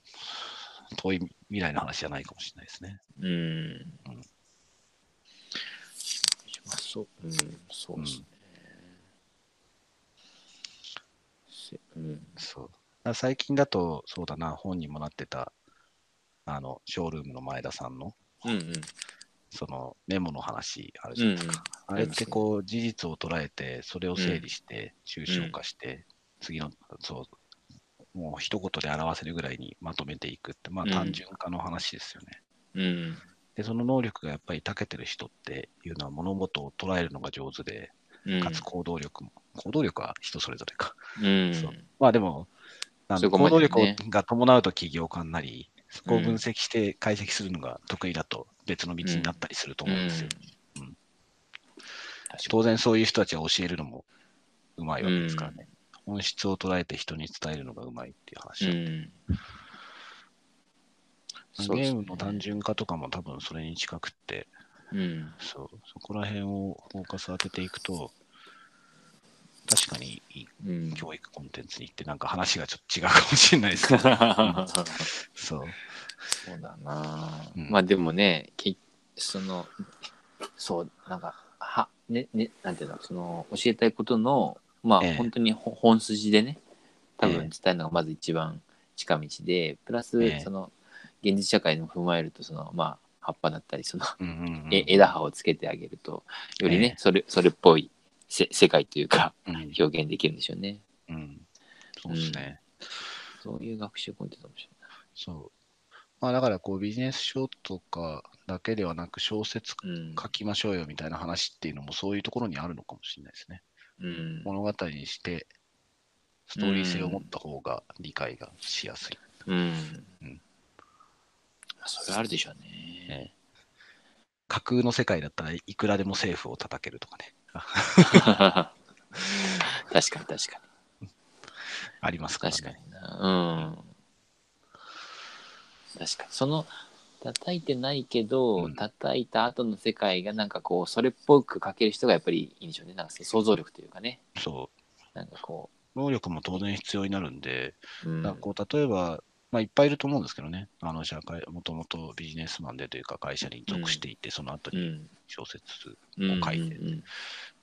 Speaker 1: 遠い未来の話じゃないかもしれないですね。
Speaker 2: うん。まあ、そう、うん、そうですね。せうん、
Speaker 1: そうだから最近だと、そうだな、本にもなってた、あの、ショールームの前田さんの、
Speaker 2: うん、うん、
Speaker 1: そのメモの話あるじ
Speaker 2: う
Speaker 1: ゃない
Speaker 2: ん
Speaker 1: ですか。あれってこう、事実を捉えて、それを整理して、抽象化して、次の、そう、もう一言で表せるぐらいにまとめていくって、まあ
Speaker 2: うん
Speaker 1: 単純化の話ですよね。
Speaker 2: うん、
Speaker 1: で、その能力がやっぱり長けてる人っていうのは物事を捉えるのが上手で、
Speaker 2: うん、
Speaker 1: かつ行動力も、行動力は人それぞれか。
Speaker 2: うん、
Speaker 1: そうまあでも、あ
Speaker 2: そ
Speaker 1: の
Speaker 2: こ
Speaker 1: 行
Speaker 2: まで
Speaker 1: 動
Speaker 2: ね
Speaker 1: 力をが伴うと起業家になり、そこを分析して解析するのが得意だと別の道になったりすると思うんですよ。
Speaker 2: うん
Speaker 1: うん
Speaker 2: 確か
Speaker 1: 当然そういう人たちは教えるのもうまいわけですからね。本質を捉えて人に伝えるのがうまいっていう話
Speaker 2: に
Speaker 1: だ、
Speaker 2: うんそう
Speaker 1: ゲ
Speaker 2: です
Speaker 1: ー
Speaker 2: ね
Speaker 1: ムの単純化とかも多分それに近くって、
Speaker 2: うん
Speaker 1: そうそこら辺をフォーカス当てていくと、確かにいい
Speaker 2: うん
Speaker 1: 教育コンテンツに行ってなんか話がちょっと違うかもしれない ですけど、そう。
Speaker 2: そうだな、
Speaker 1: うん
Speaker 2: まあでもねけそのそうなんかはねねなんていうのその教えたいことのまあ、
Speaker 1: ええ
Speaker 2: 本当にほ本筋でね多
Speaker 1: ええ
Speaker 2: 分伝えるのがまず一番近道で、プラス、
Speaker 1: ええ
Speaker 2: その現実社会にも踏まえるとそのまあ葉っぱだったりその、
Speaker 1: うんうんうん
Speaker 2: え枝葉をつけてあげるとより
Speaker 1: え
Speaker 2: ね、
Speaker 1: え
Speaker 2: それそれっぽいせ世界というか
Speaker 1: うん
Speaker 2: 表現できるんでしょうね。
Speaker 1: うん、そうですね。
Speaker 2: そういう学習コンテンツかもしれない。
Speaker 1: そう。まあだからこうビジネス書とかだけではなく小説
Speaker 2: うん
Speaker 1: 書きましょうよみたいな話っていうのもそういうところにあるのかもしれないですね。
Speaker 2: うん
Speaker 1: 物語にしてストーリー性を持った方が理解がしやすい。
Speaker 2: うん
Speaker 1: ん。
Speaker 2: それあるでしょうね。
Speaker 1: ね架空の世界だったらいくらでも政府を叩けるとかね。あ
Speaker 2: 確かに 確かに。
Speaker 1: ありますから
Speaker 2: 確かに
Speaker 1: ね。
Speaker 2: な。うん。確かに。その、叩いてないけど、
Speaker 1: うん
Speaker 2: 叩いた後の世界がなんかこう、それっぽく描ける人がやっぱりいいんでしょうね。なんかそう想像力というかね。
Speaker 1: そ
Speaker 2: なんかこ
Speaker 1: う。能力も当然必要になるんで、
Speaker 2: う。うん。
Speaker 1: だからこう例えば、まあ、いっぱいいると思うんですけどね、あの社会、もともとビジネスマンでというか、会社に属していて、その後
Speaker 2: う
Speaker 1: に
Speaker 2: ん。
Speaker 1: 小説
Speaker 2: うん
Speaker 1: こう書いて
Speaker 2: うん
Speaker 1: で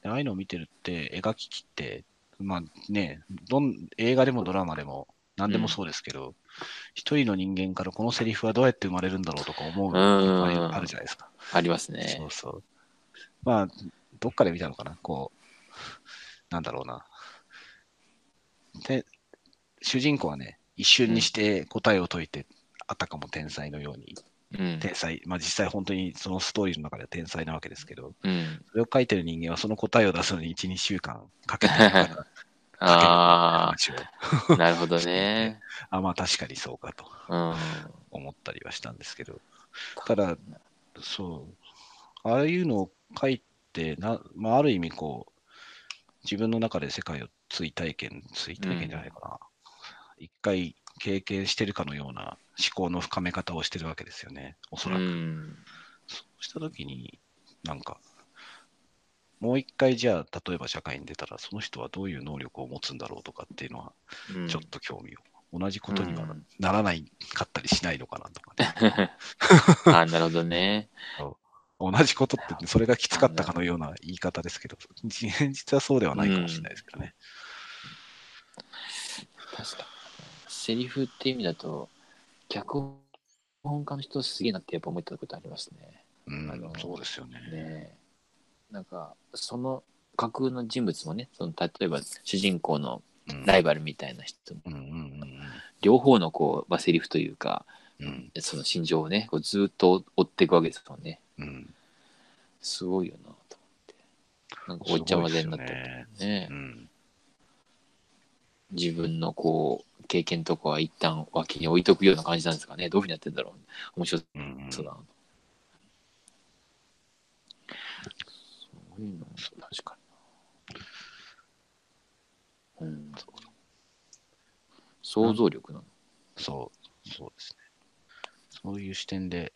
Speaker 1: ああいうのを見てるって、描ききって、まあね、どん映画でもドラマでも、何でもそうですけど、一、人の人間からこのセリフはどうやって生まれるんだろうとか思うの
Speaker 2: う
Speaker 1: い
Speaker 2: ん
Speaker 1: っぱいあるじゃないですか。
Speaker 2: あります
Speaker 1: そ
Speaker 2: ね
Speaker 1: う。そう。まあ、どっかで見たのかな、こう、なんだろうな。で、主人公はね、一瞬にして答えを解いて、あたかも天才のように、
Speaker 2: うん。
Speaker 1: 天才、まあ実際本当にそのストーリーの中では天才なわけですけど、
Speaker 2: うん。
Speaker 1: それを書いてる人間はその答えを出すのに1、2週間かけてるから
Speaker 2: あ
Speaker 1: 話を
Speaker 2: あ、なるほど ね。
Speaker 1: あ、まあ確かにそうかと
Speaker 2: うん。
Speaker 1: 思ったりはしたんですけど、ただ、そう、ああいうのを書いて、なまあ、ある意味こう、自分の中で世界を追体験、追体験じゃないかな、一回経験してるかのような思考の深め方をしてるわけですよね、おそうらく。
Speaker 2: ん。
Speaker 1: そうしたときに、なんか、もう一回じゃあ、例えば社会に出たら、その人はどういう能力を持つんだろうとかっていうのは、
Speaker 2: うん
Speaker 1: ちょっと興味を。同じことには
Speaker 2: うん
Speaker 1: ならないかったりしないのかなとかね。
Speaker 2: あなるほどね。
Speaker 1: 同じことって、それがきつかったかのような言い方ですけど、じ実はそうではないかもしれないですけどね。
Speaker 2: 確かセリフって意味だと、脚本家の人すげえなってやっぱ思ったことありますね。
Speaker 1: うん
Speaker 2: あの
Speaker 1: そうですよね。
Speaker 2: ねえなんか、その架空の人物もね、その例えば主人公の
Speaker 1: うん
Speaker 2: ライバルみたいな人も、
Speaker 1: うんうん
Speaker 2: 両方のこう、まあ、セリフというか、
Speaker 1: うんうん
Speaker 2: その心情をね、こうずっと追っていくわけですもんね。
Speaker 1: うん
Speaker 2: すごいよなと思って。なんかおっちゃまぜになったりとか
Speaker 1: ね。
Speaker 2: ね
Speaker 1: う。ん
Speaker 2: 自分のこう経験とかは一旦脇に置いとくような感じなんですかねどういうふうにやってんだろう面白
Speaker 1: うんうん
Speaker 2: そうだな、そういうの確かになうん想像力なの
Speaker 1: そう、そうですね。そういう視点で、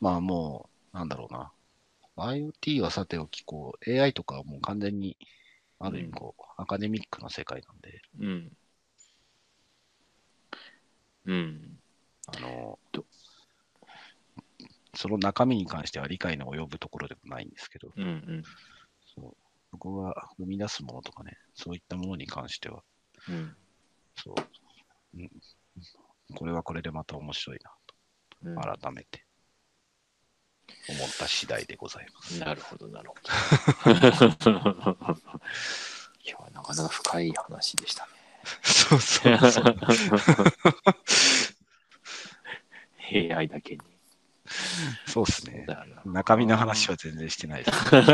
Speaker 1: まあもう、なんだろうな。IoT はさておき、こう、AI とかはもう完全にある意味こう、アカデミックな世界なんで、
Speaker 2: うん。うん。
Speaker 1: あの
Speaker 2: と
Speaker 1: その中身に関しては理解の及ぶところでもないんですけど、
Speaker 2: うん。うん。
Speaker 1: そうそこが生み出すものとかね、そういったものに関しては、
Speaker 2: うん。
Speaker 1: そう、うん、これはこれでまた面白いな
Speaker 2: うん
Speaker 1: と、改めて思った次第でございます。
Speaker 2: なるほど、なるほ ど。いや、なかなか深い話でしたね。
Speaker 1: そう そうそう。
Speaker 2: 平愛だけに。
Speaker 1: そうですね。
Speaker 2: だ
Speaker 1: 中身の話は全然してないです。うん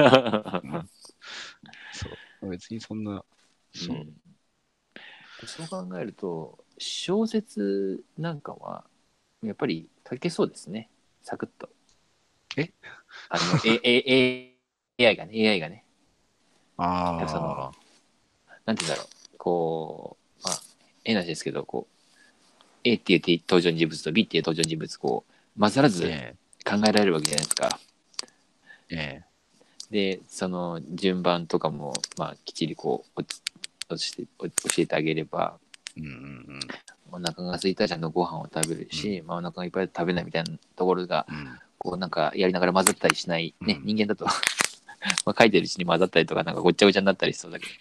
Speaker 1: そう別にそんな、そう
Speaker 2: うんそう考えると小説なんかはやっぱり書けそうですねサクッと
Speaker 1: え
Speaker 2: あの A- A- A- AI がね AI がね
Speaker 1: あ
Speaker 2: いやそ
Speaker 1: あ
Speaker 2: の、なんて言うんだろうこうまあ変な話ですけどこう A っていう登場人物と B っていう登場人物こう混ざらず考
Speaker 1: え
Speaker 2: えられるわけじゃないですか、
Speaker 1: え、え
Speaker 2: でその順番とかもまあきっちりこう落ち落ちて教えてあげれば
Speaker 1: え、うんうん
Speaker 2: お腹が空いたらちゃんとご飯を食べるし、まあ、お腹がいっぱい食べないみたいなところが
Speaker 1: うんうん。
Speaker 2: こうなんかやりながら混ざったりしない、ね
Speaker 1: うん
Speaker 2: 人間だと まあ書いてるうちに混ざったりとかなんかごっちゃごちゃになったりしそうだけど、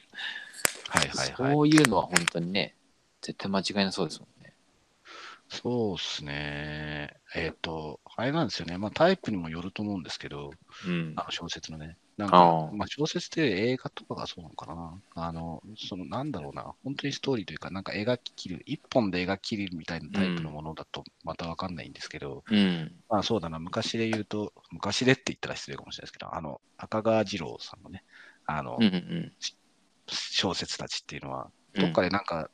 Speaker 1: はいはいはい
Speaker 2: そ。ういうのは本当にね絶対間違いなそうですもんね。
Speaker 1: そうですね。えっ、と、あれなんですよね。まあタイプにもよると思うんですけど、
Speaker 2: うん
Speaker 1: あの小説のね。なん
Speaker 2: あ
Speaker 1: か
Speaker 2: あ、
Speaker 1: まあ小説って映画とかがそうなのかな。あの、そのなんだろうな。本当にストーリーというか、なんか描ききる、一本で描ききるみたいなタイプのものだとまたわかんないんですけど、
Speaker 2: うん
Speaker 1: まあそうだな、昔で言うと、昔でって言ったら失礼かもしれないですけど、あの、赤川次郎さんのね、あの、
Speaker 2: うんうん
Speaker 1: 小説たちっていうのは、
Speaker 2: うん
Speaker 1: どっかでなんか、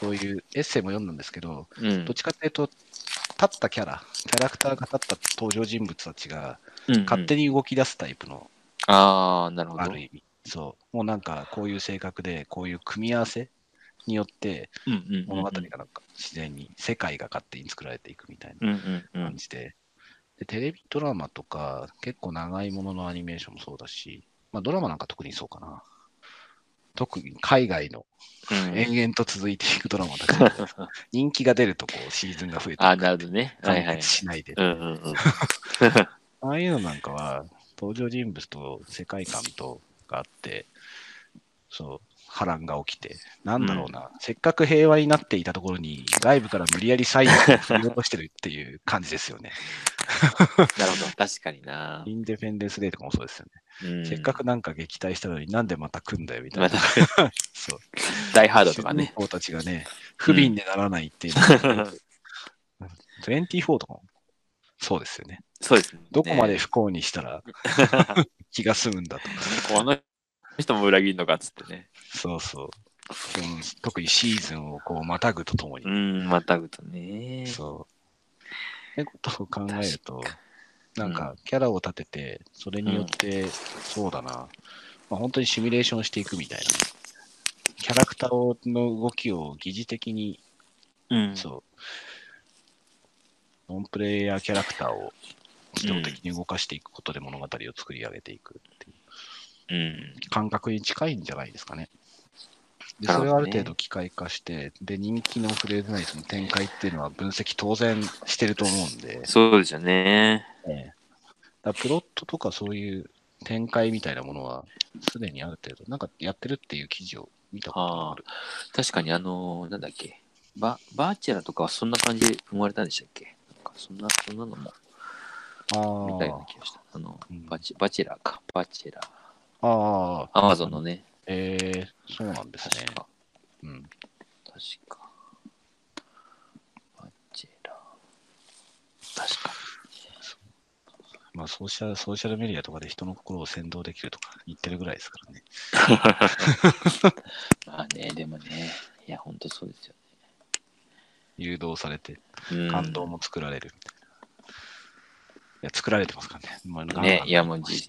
Speaker 1: そういうエッセイも読んだんですけど、
Speaker 2: うん
Speaker 1: どっちかっていうと、立ったキャラ、キャラクターが立った登場人物たちが、
Speaker 2: うん
Speaker 1: 勝手
Speaker 2: に
Speaker 1: に動き出すタイプの、
Speaker 2: ああなるほど
Speaker 1: ある意味、そう、もうなんか、こういう性格で、こういう組み合わせによって、
Speaker 2: うんうんうんうん
Speaker 1: 物語がなんか、自然に、世界が勝手に作られていくみたいな。
Speaker 2: うんうんうん
Speaker 1: 感じでで、テレビドラマとか、結構長いもののアニメーションもそうだし、まあ、ドラマなんか特にそうかな。特に海外の
Speaker 2: うん
Speaker 1: 延々と続いていくドラマだから、 人気が出るとこうシーズンが増えて
Speaker 2: ああなるほどねはい
Speaker 1: 完
Speaker 2: はい
Speaker 1: 結しないで。
Speaker 2: うんうんうん
Speaker 1: ああいうのなんかは、登場人物と世界観とがあって、そう、波乱が起きて、なんだろうな、せっかく平和になっていたところに、外部から無理やりサインを 振り落としてるっていう感じですよね。
Speaker 2: なるほど確かにな、
Speaker 1: インディフェンデンスデーとかもそうですよね。
Speaker 2: うん
Speaker 1: せっかくなんか撃退したのになんでまた来んだよみたい
Speaker 2: ま
Speaker 1: な。
Speaker 2: た
Speaker 1: そう。
Speaker 2: 大ハードとかね
Speaker 1: 主人 公たちがね、不憫でならないっていうのが、24とかも そうですよね。
Speaker 2: そうですね
Speaker 1: どこまで不幸にしたら 気が済むんだと。
Speaker 2: この人も裏切るのかっつってね。
Speaker 1: そうそう。うん特にシーズンをこうまたぐとともに
Speaker 2: う、ん、またぐとね。
Speaker 1: そう。ってことを考えると、なん
Speaker 2: う
Speaker 1: かキャラを立てて、それによって、そうだな、まあ、本当にシミュレーションしていくみたいな。キャラクターをの動きを疑似的に、
Speaker 2: うん
Speaker 1: そう、ノンプレイヤーキャラクターを自動的に動かしていくことで物語を作り上げていくっていう
Speaker 2: うん。
Speaker 1: 感覚に近いんじゃないですかね。で
Speaker 2: な
Speaker 1: そ
Speaker 2: るほどね
Speaker 1: れをある程度機械化して、で、人気のフレーズ内その展開っていうのは分析当然してると思うんで、
Speaker 2: そうですよね。
Speaker 1: ええだからプロットとかそういう展開みたいなものは、すでにある程度、なんかやってるっていう記事を見たことがある。
Speaker 2: 確かに、あのーなんだっけ。ババーチャルとかはそんな感じで生まれたんでしたっけなんかそんな、そんなのも
Speaker 1: あ
Speaker 2: 見たよ
Speaker 1: ー
Speaker 2: うな気がした。あの、
Speaker 1: うん
Speaker 2: バチバチェラーか。バチェラー。
Speaker 1: あー、
Speaker 2: アマゾンのね。
Speaker 1: ええそうなんです
Speaker 2: 確
Speaker 1: ね。
Speaker 2: か。
Speaker 1: うん、
Speaker 2: 確か。バチェラー。確か。
Speaker 1: まあソーシャル、ソーシャルメディアとかで人の心を先導できるとか言ってるぐらいですからね。
Speaker 2: まあね、でもね。いや、ほんとそうですよ
Speaker 1: 誘導されて、
Speaker 2: ね。うん
Speaker 1: 感動も作られるみたいな。いや、作られてますからね。まあガンガン
Speaker 2: ねいやも うじ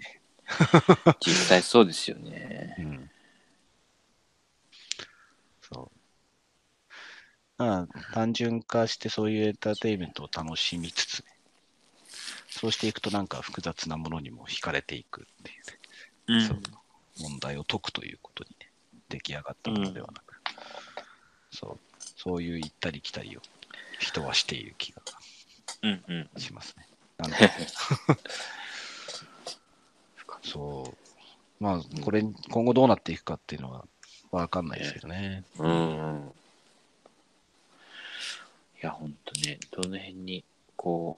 Speaker 2: 実際そうですよね。
Speaker 1: うんそう。まあ、単純化してそういうエンターテインメントを楽しみつつ、ね、そうしていくとなんか複雑なものにも惹かれていくっていうね、
Speaker 2: うん
Speaker 1: そう問題を解くということに、ね、出来上がったものではなく、そうそういう行ったり来たりを人はしている気が
Speaker 2: うんうん。
Speaker 1: しますね。なんで そう、まあ、これ、今後どうなっていくかっていうのは分かんないですけどね。
Speaker 2: うん。いや、ほんとね、どの辺に、こ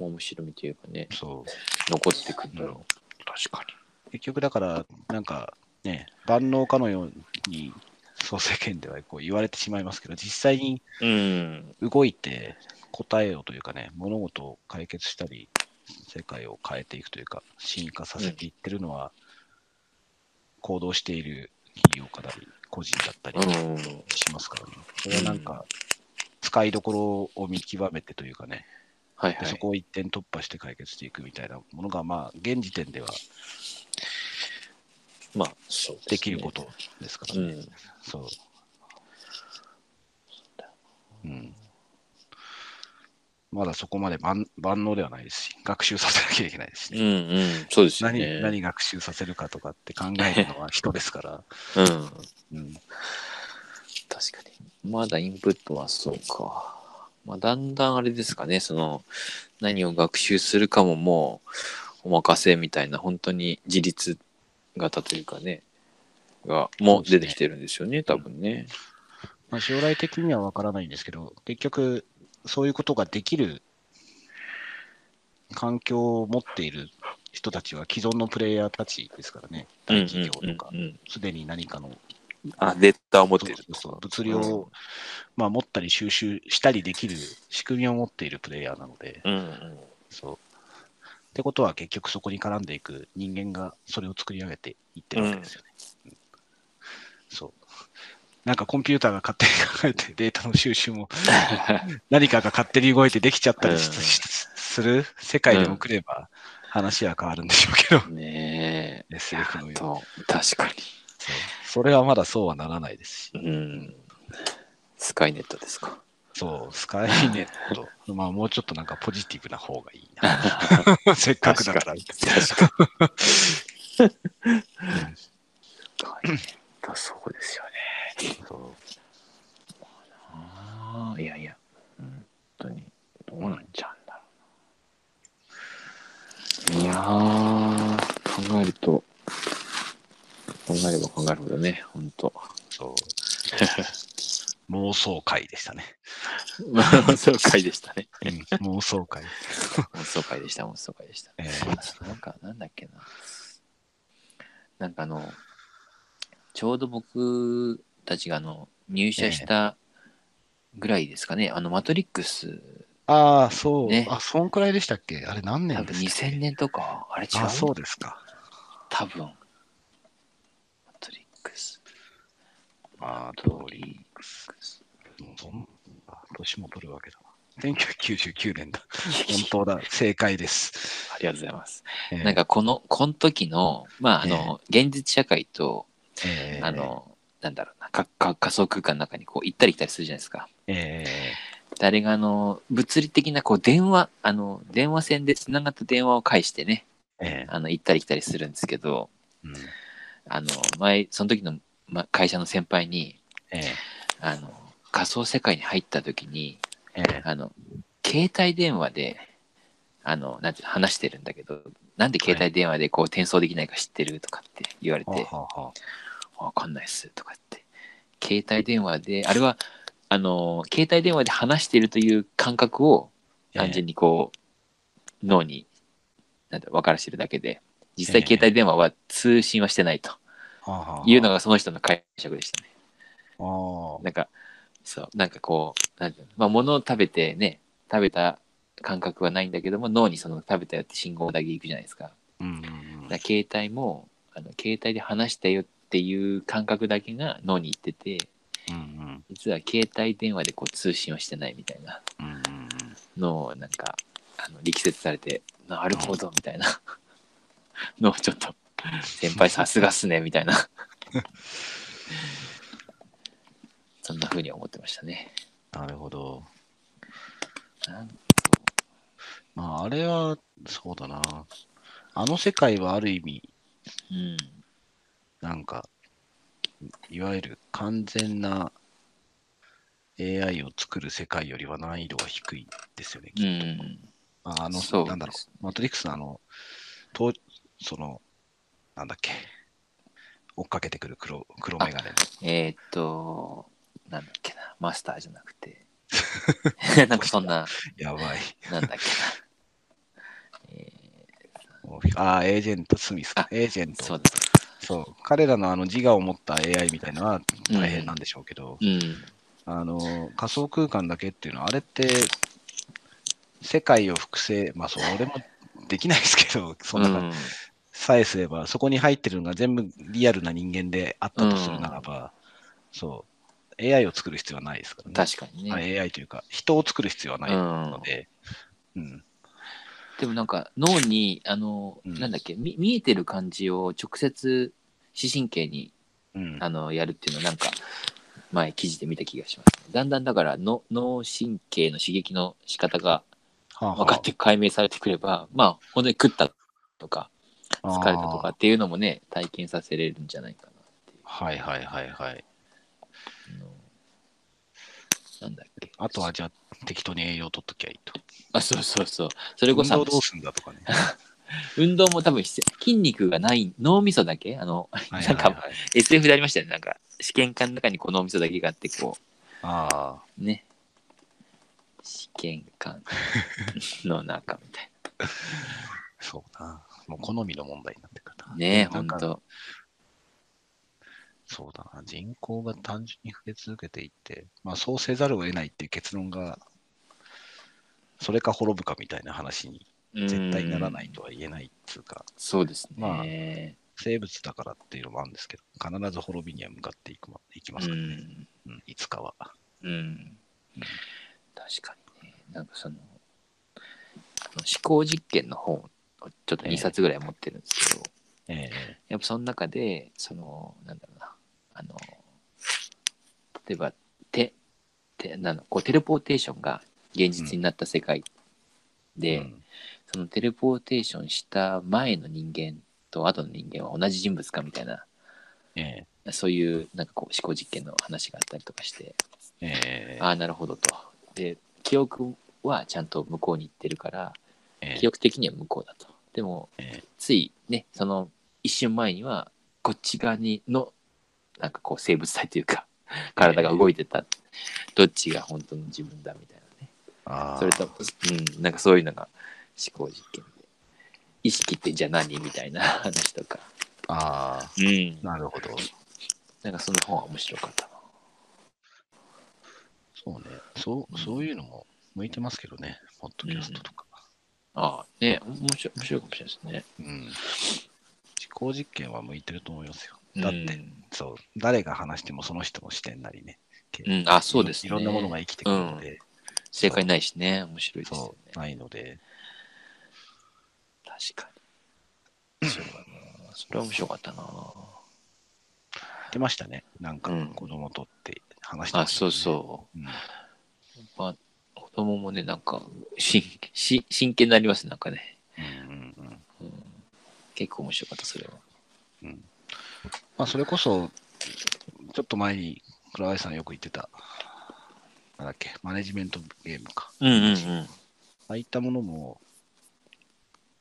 Speaker 2: う、面白みというかね、
Speaker 1: そう
Speaker 2: 残ってくるんだろ
Speaker 1: 確かに。結局だから、なんかね、万能かのように、そう世間ではこう言われてしまいますけど、実際に
Speaker 2: う。うん。
Speaker 1: 動いて答えをというかね、物事を解決したり、世界を変えていくというか、進化させていってるのは、行動している企業家だり、個人だったり
Speaker 2: うん。
Speaker 1: しますからね。それはなんか、使いどころを見極めてというかね、
Speaker 2: はい
Speaker 1: で
Speaker 2: は
Speaker 1: そ
Speaker 2: い。
Speaker 1: こを一点突破して解決していくみたいなものが、まあ、現時点では
Speaker 2: まあ、そうすね
Speaker 1: できることですから
Speaker 2: う
Speaker 1: ね。
Speaker 2: ん。
Speaker 1: そう。うん。まだそこまで万万能ではないですし、学習させなきゃいけないですし
Speaker 2: う
Speaker 1: ね。
Speaker 2: んうん。そうですよ
Speaker 1: 何
Speaker 2: ね。
Speaker 1: 何学習させるかとかって考えるのは人ですから、
Speaker 2: うん。
Speaker 1: うん、
Speaker 2: 確かに。まだインプットはそうか。まあ、だんだんあれですかね、その、何を学習するかももう、お任せみたいな、本当に自立型というかね、が、も
Speaker 1: そうですね
Speaker 2: 出てきてるんですよね、多分ね。
Speaker 1: まあ、将来的には分からないんですけど、結局、そういうことができる環境を持っている人たちは既存のプレイヤーたちですからね、大企業とか
Speaker 2: う、んうんうんうん
Speaker 1: すでに何かの
Speaker 2: あ、データを持ってる
Speaker 1: そう。そう物量を、まあ、持ったり収集したりできる仕組みを持っているプレイヤーなので、
Speaker 2: うんうん。
Speaker 1: そう。ってことは結局そこに絡んでいく人間がそれを作り上げていってるわけですよね。うんそう。なんかコンピューターが勝手に考えてデータの収集も何かが勝手に動いてできちゃったりし
Speaker 2: うん
Speaker 1: しする世界でも来れば話は変わるんでしょうけど、
Speaker 2: ねえ。
Speaker 1: SF のように
Speaker 2: と確か
Speaker 1: そうそれはまだそうはならないですし。
Speaker 2: に。うん。スカイネットですか。
Speaker 1: そう、スカイネット。まあ、もうちょっとなんかポジティブな方がいいな。 せっかくだから。
Speaker 2: 確かに。そうですよね。
Speaker 1: そう
Speaker 2: ああ、いやいや、本当に、どうなっちゃうんだろうな。いやー、考えると、考えれば考えるほどね、本 当。
Speaker 1: そう。妄想会でしたね。
Speaker 2: 妄想会でしたね。
Speaker 1: うん妄想会。
Speaker 2: 妄想会でした、妄想会でした。
Speaker 1: え
Speaker 2: なんか、なんだっけな。なんかあの、ちょうど僕たちがあの入社したぐらいですかね、あの、マトリックス、
Speaker 1: ああ、そう、
Speaker 2: ね
Speaker 1: あ、そんくらいでしたっけあれ何
Speaker 2: 多
Speaker 1: 年
Speaker 2: 分
Speaker 1: ですか
Speaker 2: 2000年とか、あれ違う
Speaker 1: あ、そうですか。
Speaker 2: 多分マトリックス。
Speaker 1: あー
Speaker 2: マトリックス。
Speaker 1: もうそんあ年も取るわけだな。1999年だ。本当だ。正解です。
Speaker 2: ありがとうございます。
Speaker 1: ええ
Speaker 2: なん、かこの、この時の、まあ、あの、現実社会と、
Speaker 1: ええ
Speaker 2: あ、の、なんだろうな、かか仮想空間の中にこう行ったり来たりするじゃないですか。
Speaker 1: ええ
Speaker 2: 誰があの、物理的なこう電話、あの、電話線で繋がった電話を介してね、
Speaker 1: ええ
Speaker 2: あの、行ったり来たりするんですけど、
Speaker 1: うん
Speaker 2: あの、前、その時の、ま、会社の先輩に、
Speaker 1: ええ
Speaker 2: あの、仮想世界に入った時に、
Speaker 1: ええ
Speaker 2: あの、携帯電話で、あの、なんていうの話してるんだけど、なんで携帯電話でこう転送できないか知ってるとかって言われて、
Speaker 1: はあはあは
Speaker 2: わかんないっすとかって。携帯電話で、あれは、あの、携帯電話で話しているという感覚を
Speaker 1: あ
Speaker 2: 単
Speaker 1: ええ
Speaker 2: 純にこう、脳に、なんて分からしてるだけで、実際
Speaker 1: ええ
Speaker 2: 携帯電話は通信はしてないと
Speaker 1: はあはあ
Speaker 2: いうのがその人の解釈でしたね。
Speaker 1: あ
Speaker 2: なんか、そう、なんかこう、なんていうのまあ、物を食べてね、食べた感覚はないんだけども、脳にその食べたよって信号だけいくじゃないですか。だか
Speaker 1: あ、うんうんうん
Speaker 2: ら携帯も、あの携帯で話したよっていう感覚だけが脳に行ってて、
Speaker 1: うん
Speaker 2: 実は携帯電話でこう通信をしてないみたいな
Speaker 1: うんうんうんうん
Speaker 2: のを、なんか、あの力説されて、なるほど、みたいな のをちょっと、先輩さすがっすね、みたいな。 そんな風に思ってましたね。
Speaker 1: なるほど。
Speaker 2: なん
Speaker 1: まあ、あれは、そうだな。あの世界はある意味、
Speaker 2: うん
Speaker 1: なんか、いわゆる完全な AI を作る世界よりは難易度が低いですよね。きっと
Speaker 2: ん。
Speaker 1: まああの、
Speaker 2: そう
Speaker 1: なんだろ
Speaker 2: です
Speaker 1: う、マトリックスのあの、とその、なんだっけ、追っかけてくる黒黒メガネ。
Speaker 2: えーっと、なんだっけな、マスターじゃなくて。 なんかそんな、
Speaker 1: やばい。
Speaker 2: なんだっけな。え
Speaker 1: もうああ、エージェント・スミスか
Speaker 2: あ。
Speaker 1: エージェン
Speaker 2: ー
Speaker 1: ト。
Speaker 2: そ
Speaker 1: そう
Speaker 2: うだ。
Speaker 1: 彼らのあの自我を持った AI みたいなのは大変なんでしょうけど、
Speaker 2: うん。
Speaker 1: あの仮想空間だけっていうのは、あれって世界を複製、まあ、それもできないですけど、そんな感じ
Speaker 2: うん
Speaker 1: さえすれば、そこに入ってるのが全部リアルな人間であったとするならば、そう、AI を作る必要はないですからね。
Speaker 2: 確かにね。
Speaker 1: あ AI というか、人を作る必要はない
Speaker 2: うん
Speaker 1: の、で、うん。
Speaker 2: でもなんか脳にあの、
Speaker 1: うん
Speaker 2: なんだっけみ見えてる感じを直接視神経に
Speaker 1: うん。
Speaker 2: あのやるっていうのなんか前記事で見た気がします、だんだんだからの脳神経の刺激の仕方が
Speaker 1: はあはあ
Speaker 2: 分かって解明されてくればまあ本当に食ったとか疲れたとか
Speaker 1: あー
Speaker 2: っていうのもね体験させれるんじゃないかなっていう
Speaker 1: はいはいはいはい。
Speaker 2: あのなんだっけ
Speaker 1: あとはじゃあ適当に栄養を取っときゃいいと。
Speaker 2: あそうそうそうそれ
Speaker 1: 運
Speaker 2: こそ
Speaker 1: 動どうすんだとかね。
Speaker 2: 運動も多分必要筋肉がない脳みそだけあの
Speaker 1: はい
Speaker 2: なんか
Speaker 1: はいはい
Speaker 2: SF でありましたよね。なんか、試験管の中にこのお味噌だけがあって、こ
Speaker 1: あ
Speaker 2: う、ね。試験管の中みたい
Speaker 1: あ、そうな。もう好みの問題になってくる
Speaker 2: な。
Speaker 1: な。
Speaker 2: ねえ、
Speaker 1: な
Speaker 2: ほん
Speaker 1: んか
Speaker 2: と。
Speaker 1: そうだな。人口が単純に増え続けていって、まあそうせざるを得ないっていう結論が、それか滅ぶかみたいな話に絶対ならな
Speaker 2: う
Speaker 1: い
Speaker 2: ん。
Speaker 1: とは言えないっていうか、
Speaker 2: そうです
Speaker 1: まあ
Speaker 2: ね。
Speaker 1: 生物だからっていうのもあるんですけど、必ず滅びには向かっていくまいきます
Speaker 2: う
Speaker 1: からね、
Speaker 2: ん。
Speaker 1: うんいつかは。
Speaker 2: うん。確かにね。なんかその、あの思考実験の本をちょっと2冊ぐらい持ってるんですけど、
Speaker 1: え
Speaker 2: やっぱその中で、その、なんだろうな、あの、例えば、て、てなのこうテレポーテーションが現実になった世界
Speaker 1: え
Speaker 2: で、
Speaker 1: うん
Speaker 2: そのテレポーテーションした前の人間と後の人間は同じ人物かみたいな、
Speaker 1: ええ
Speaker 2: そういうなんかこう思考実験の話があったりとかして、
Speaker 1: ええ
Speaker 2: ああ、なるほどと。で、記憶はちゃんと向こうに行ってるから、
Speaker 1: ええ
Speaker 2: 記憶的には向こうだと。でも
Speaker 1: ええ、
Speaker 2: ついね、その一瞬前には、こっち側にの、なんかこう生物体というか、体が動いてた。どっちが本当の自分だみたいなね。
Speaker 1: ああ
Speaker 2: それと、うん、なんかそういうのが思考実験で。意識ってじゃあ何みたいな 話とか。
Speaker 1: ああ、
Speaker 2: うん。
Speaker 1: なるほど。
Speaker 2: なんかその本は面白かったな。
Speaker 1: そうね。そう、そういうのも向いてますけどね。ポッドキャストとか。
Speaker 2: ああ、ね、面白い、面白いかもしれないです
Speaker 1: うん。思考実験は向いてると思いますよ。
Speaker 2: ね。
Speaker 1: だって、
Speaker 2: うん
Speaker 1: そう、誰が話してもその人の視点なりね。
Speaker 2: うん、あ、そうですね。
Speaker 1: いろんなものが生きてくるので、
Speaker 2: 正解ないしね、面白いですよ
Speaker 1: そう、
Speaker 2: ね。
Speaker 1: ないので、
Speaker 2: 確かに。そうだな。それは面白かったな。
Speaker 1: 言ってましたね。なんか
Speaker 2: うん
Speaker 1: 子供とって話して
Speaker 2: あ、
Speaker 1: ました
Speaker 2: そ
Speaker 1: ね
Speaker 2: うそ
Speaker 1: うん。
Speaker 2: う。まあ、子供もね、なんか、しし真剣になりますね、なんかね。
Speaker 1: うんうんうん
Speaker 2: うん、結構面白かった、それは。
Speaker 1: うんまあ、それこそ、ちょっと前に倉林さんよく言ってた、なんだっけ、マネジメントゲームか。
Speaker 2: うんうんうん。
Speaker 1: ああいったものも、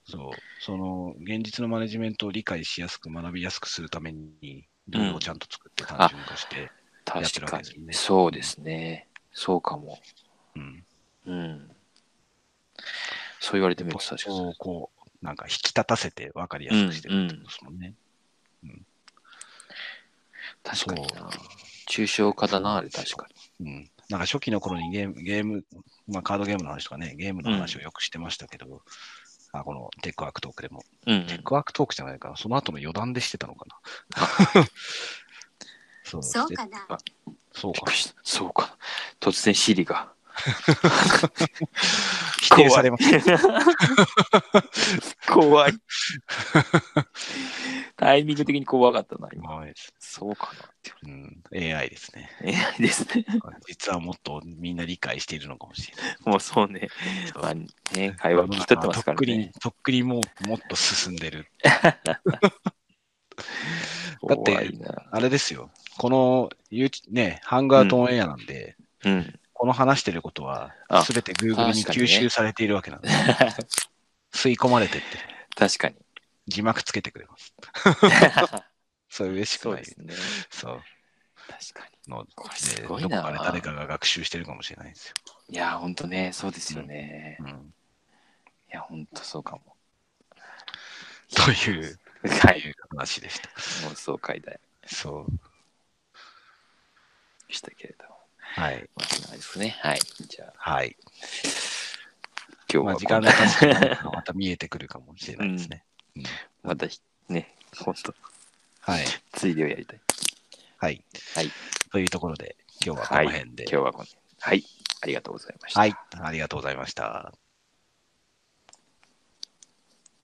Speaker 1: そう、その現実のマネジメントを理解しやすく学びやすくするために、ルールをちゃんと作って単純化して、やって
Speaker 2: 確
Speaker 1: るわけ
Speaker 2: か
Speaker 1: ですよ
Speaker 2: に。
Speaker 1: ね
Speaker 2: そうですね。そうかも。
Speaker 1: うん、
Speaker 2: うん。そう言われてみると確か
Speaker 1: こ
Speaker 2: に
Speaker 1: う。こう、なんか引き立たせて分かりやすくしてるってことですもんね。
Speaker 2: 確かに
Speaker 1: そ
Speaker 2: な
Speaker 1: う。
Speaker 2: 抽象化だな、あれ確か
Speaker 1: うんなんか初期の頃にゲーム、ゲーム、まあカードゲームの話とかね、ゲームの話をよくしてましたけど、あこのテックワークトークでも。
Speaker 2: に。うんうん、
Speaker 1: テックワークトークじゃないかな、その後の余談でしてたのかな。 そう
Speaker 3: そう
Speaker 1: で
Speaker 3: かな。
Speaker 1: そう
Speaker 2: びっ
Speaker 1: か
Speaker 2: く。りしたそうか。突然 Siri が。
Speaker 1: 否定されました。
Speaker 2: 怖い。タイミング的に怖かったな、今。
Speaker 1: 今までです
Speaker 2: そうかなって
Speaker 1: うん、AI ですね。
Speaker 2: 言われですね。
Speaker 1: 実はもっとみんな理解しているのかもしれない。
Speaker 2: もうそうね。まあ、ね、会話を聞き取ってます
Speaker 1: と
Speaker 2: からね。
Speaker 1: っくに、とっくにもうもっと進んでる。だって
Speaker 2: 怖いな。
Speaker 1: あれですよ。この、ゆうちね、ハンガートオンエアなんで、
Speaker 2: うん。
Speaker 1: この話してることは
Speaker 2: あ、
Speaker 1: すべて Google に
Speaker 2: 確かにね
Speaker 1: 吸収されているわけなんです。吸い込まれてって、
Speaker 2: 確かに。
Speaker 1: 字幕つけてくれます。 それ嬉しく
Speaker 2: そう
Speaker 1: ない
Speaker 2: ですね。
Speaker 1: そう。
Speaker 2: 確か
Speaker 1: ので
Speaker 2: これすごい
Speaker 1: ど
Speaker 2: な
Speaker 1: こかで誰かが学習してるかもしれないですよ。
Speaker 2: に。いや、ほんとね、そうですよね。
Speaker 1: うん、
Speaker 2: いや、ほんとそうかも。
Speaker 1: という、
Speaker 2: は
Speaker 1: と
Speaker 2: い。
Speaker 1: いう話でした。
Speaker 2: 妄想解題
Speaker 1: そう。
Speaker 2: でしたけれども。
Speaker 1: はい。
Speaker 2: まあ、そんな感じですね。はい。じゃあ、
Speaker 1: はい。
Speaker 2: 今日
Speaker 1: まあ、
Speaker 2: は
Speaker 1: 時間が経つとなんかまた見えてくるかもしれない ですね。
Speaker 2: またひ、ね、ほんと、
Speaker 1: はい。
Speaker 2: ついでをやりたい。
Speaker 1: はい。
Speaker 2: はい。
Speaker 1: というところで、今日はこの辺で。
Speaker 2: 今日はこの辺。はい。ありがとうございました。
Speaker 1: はい。ありがとうございました。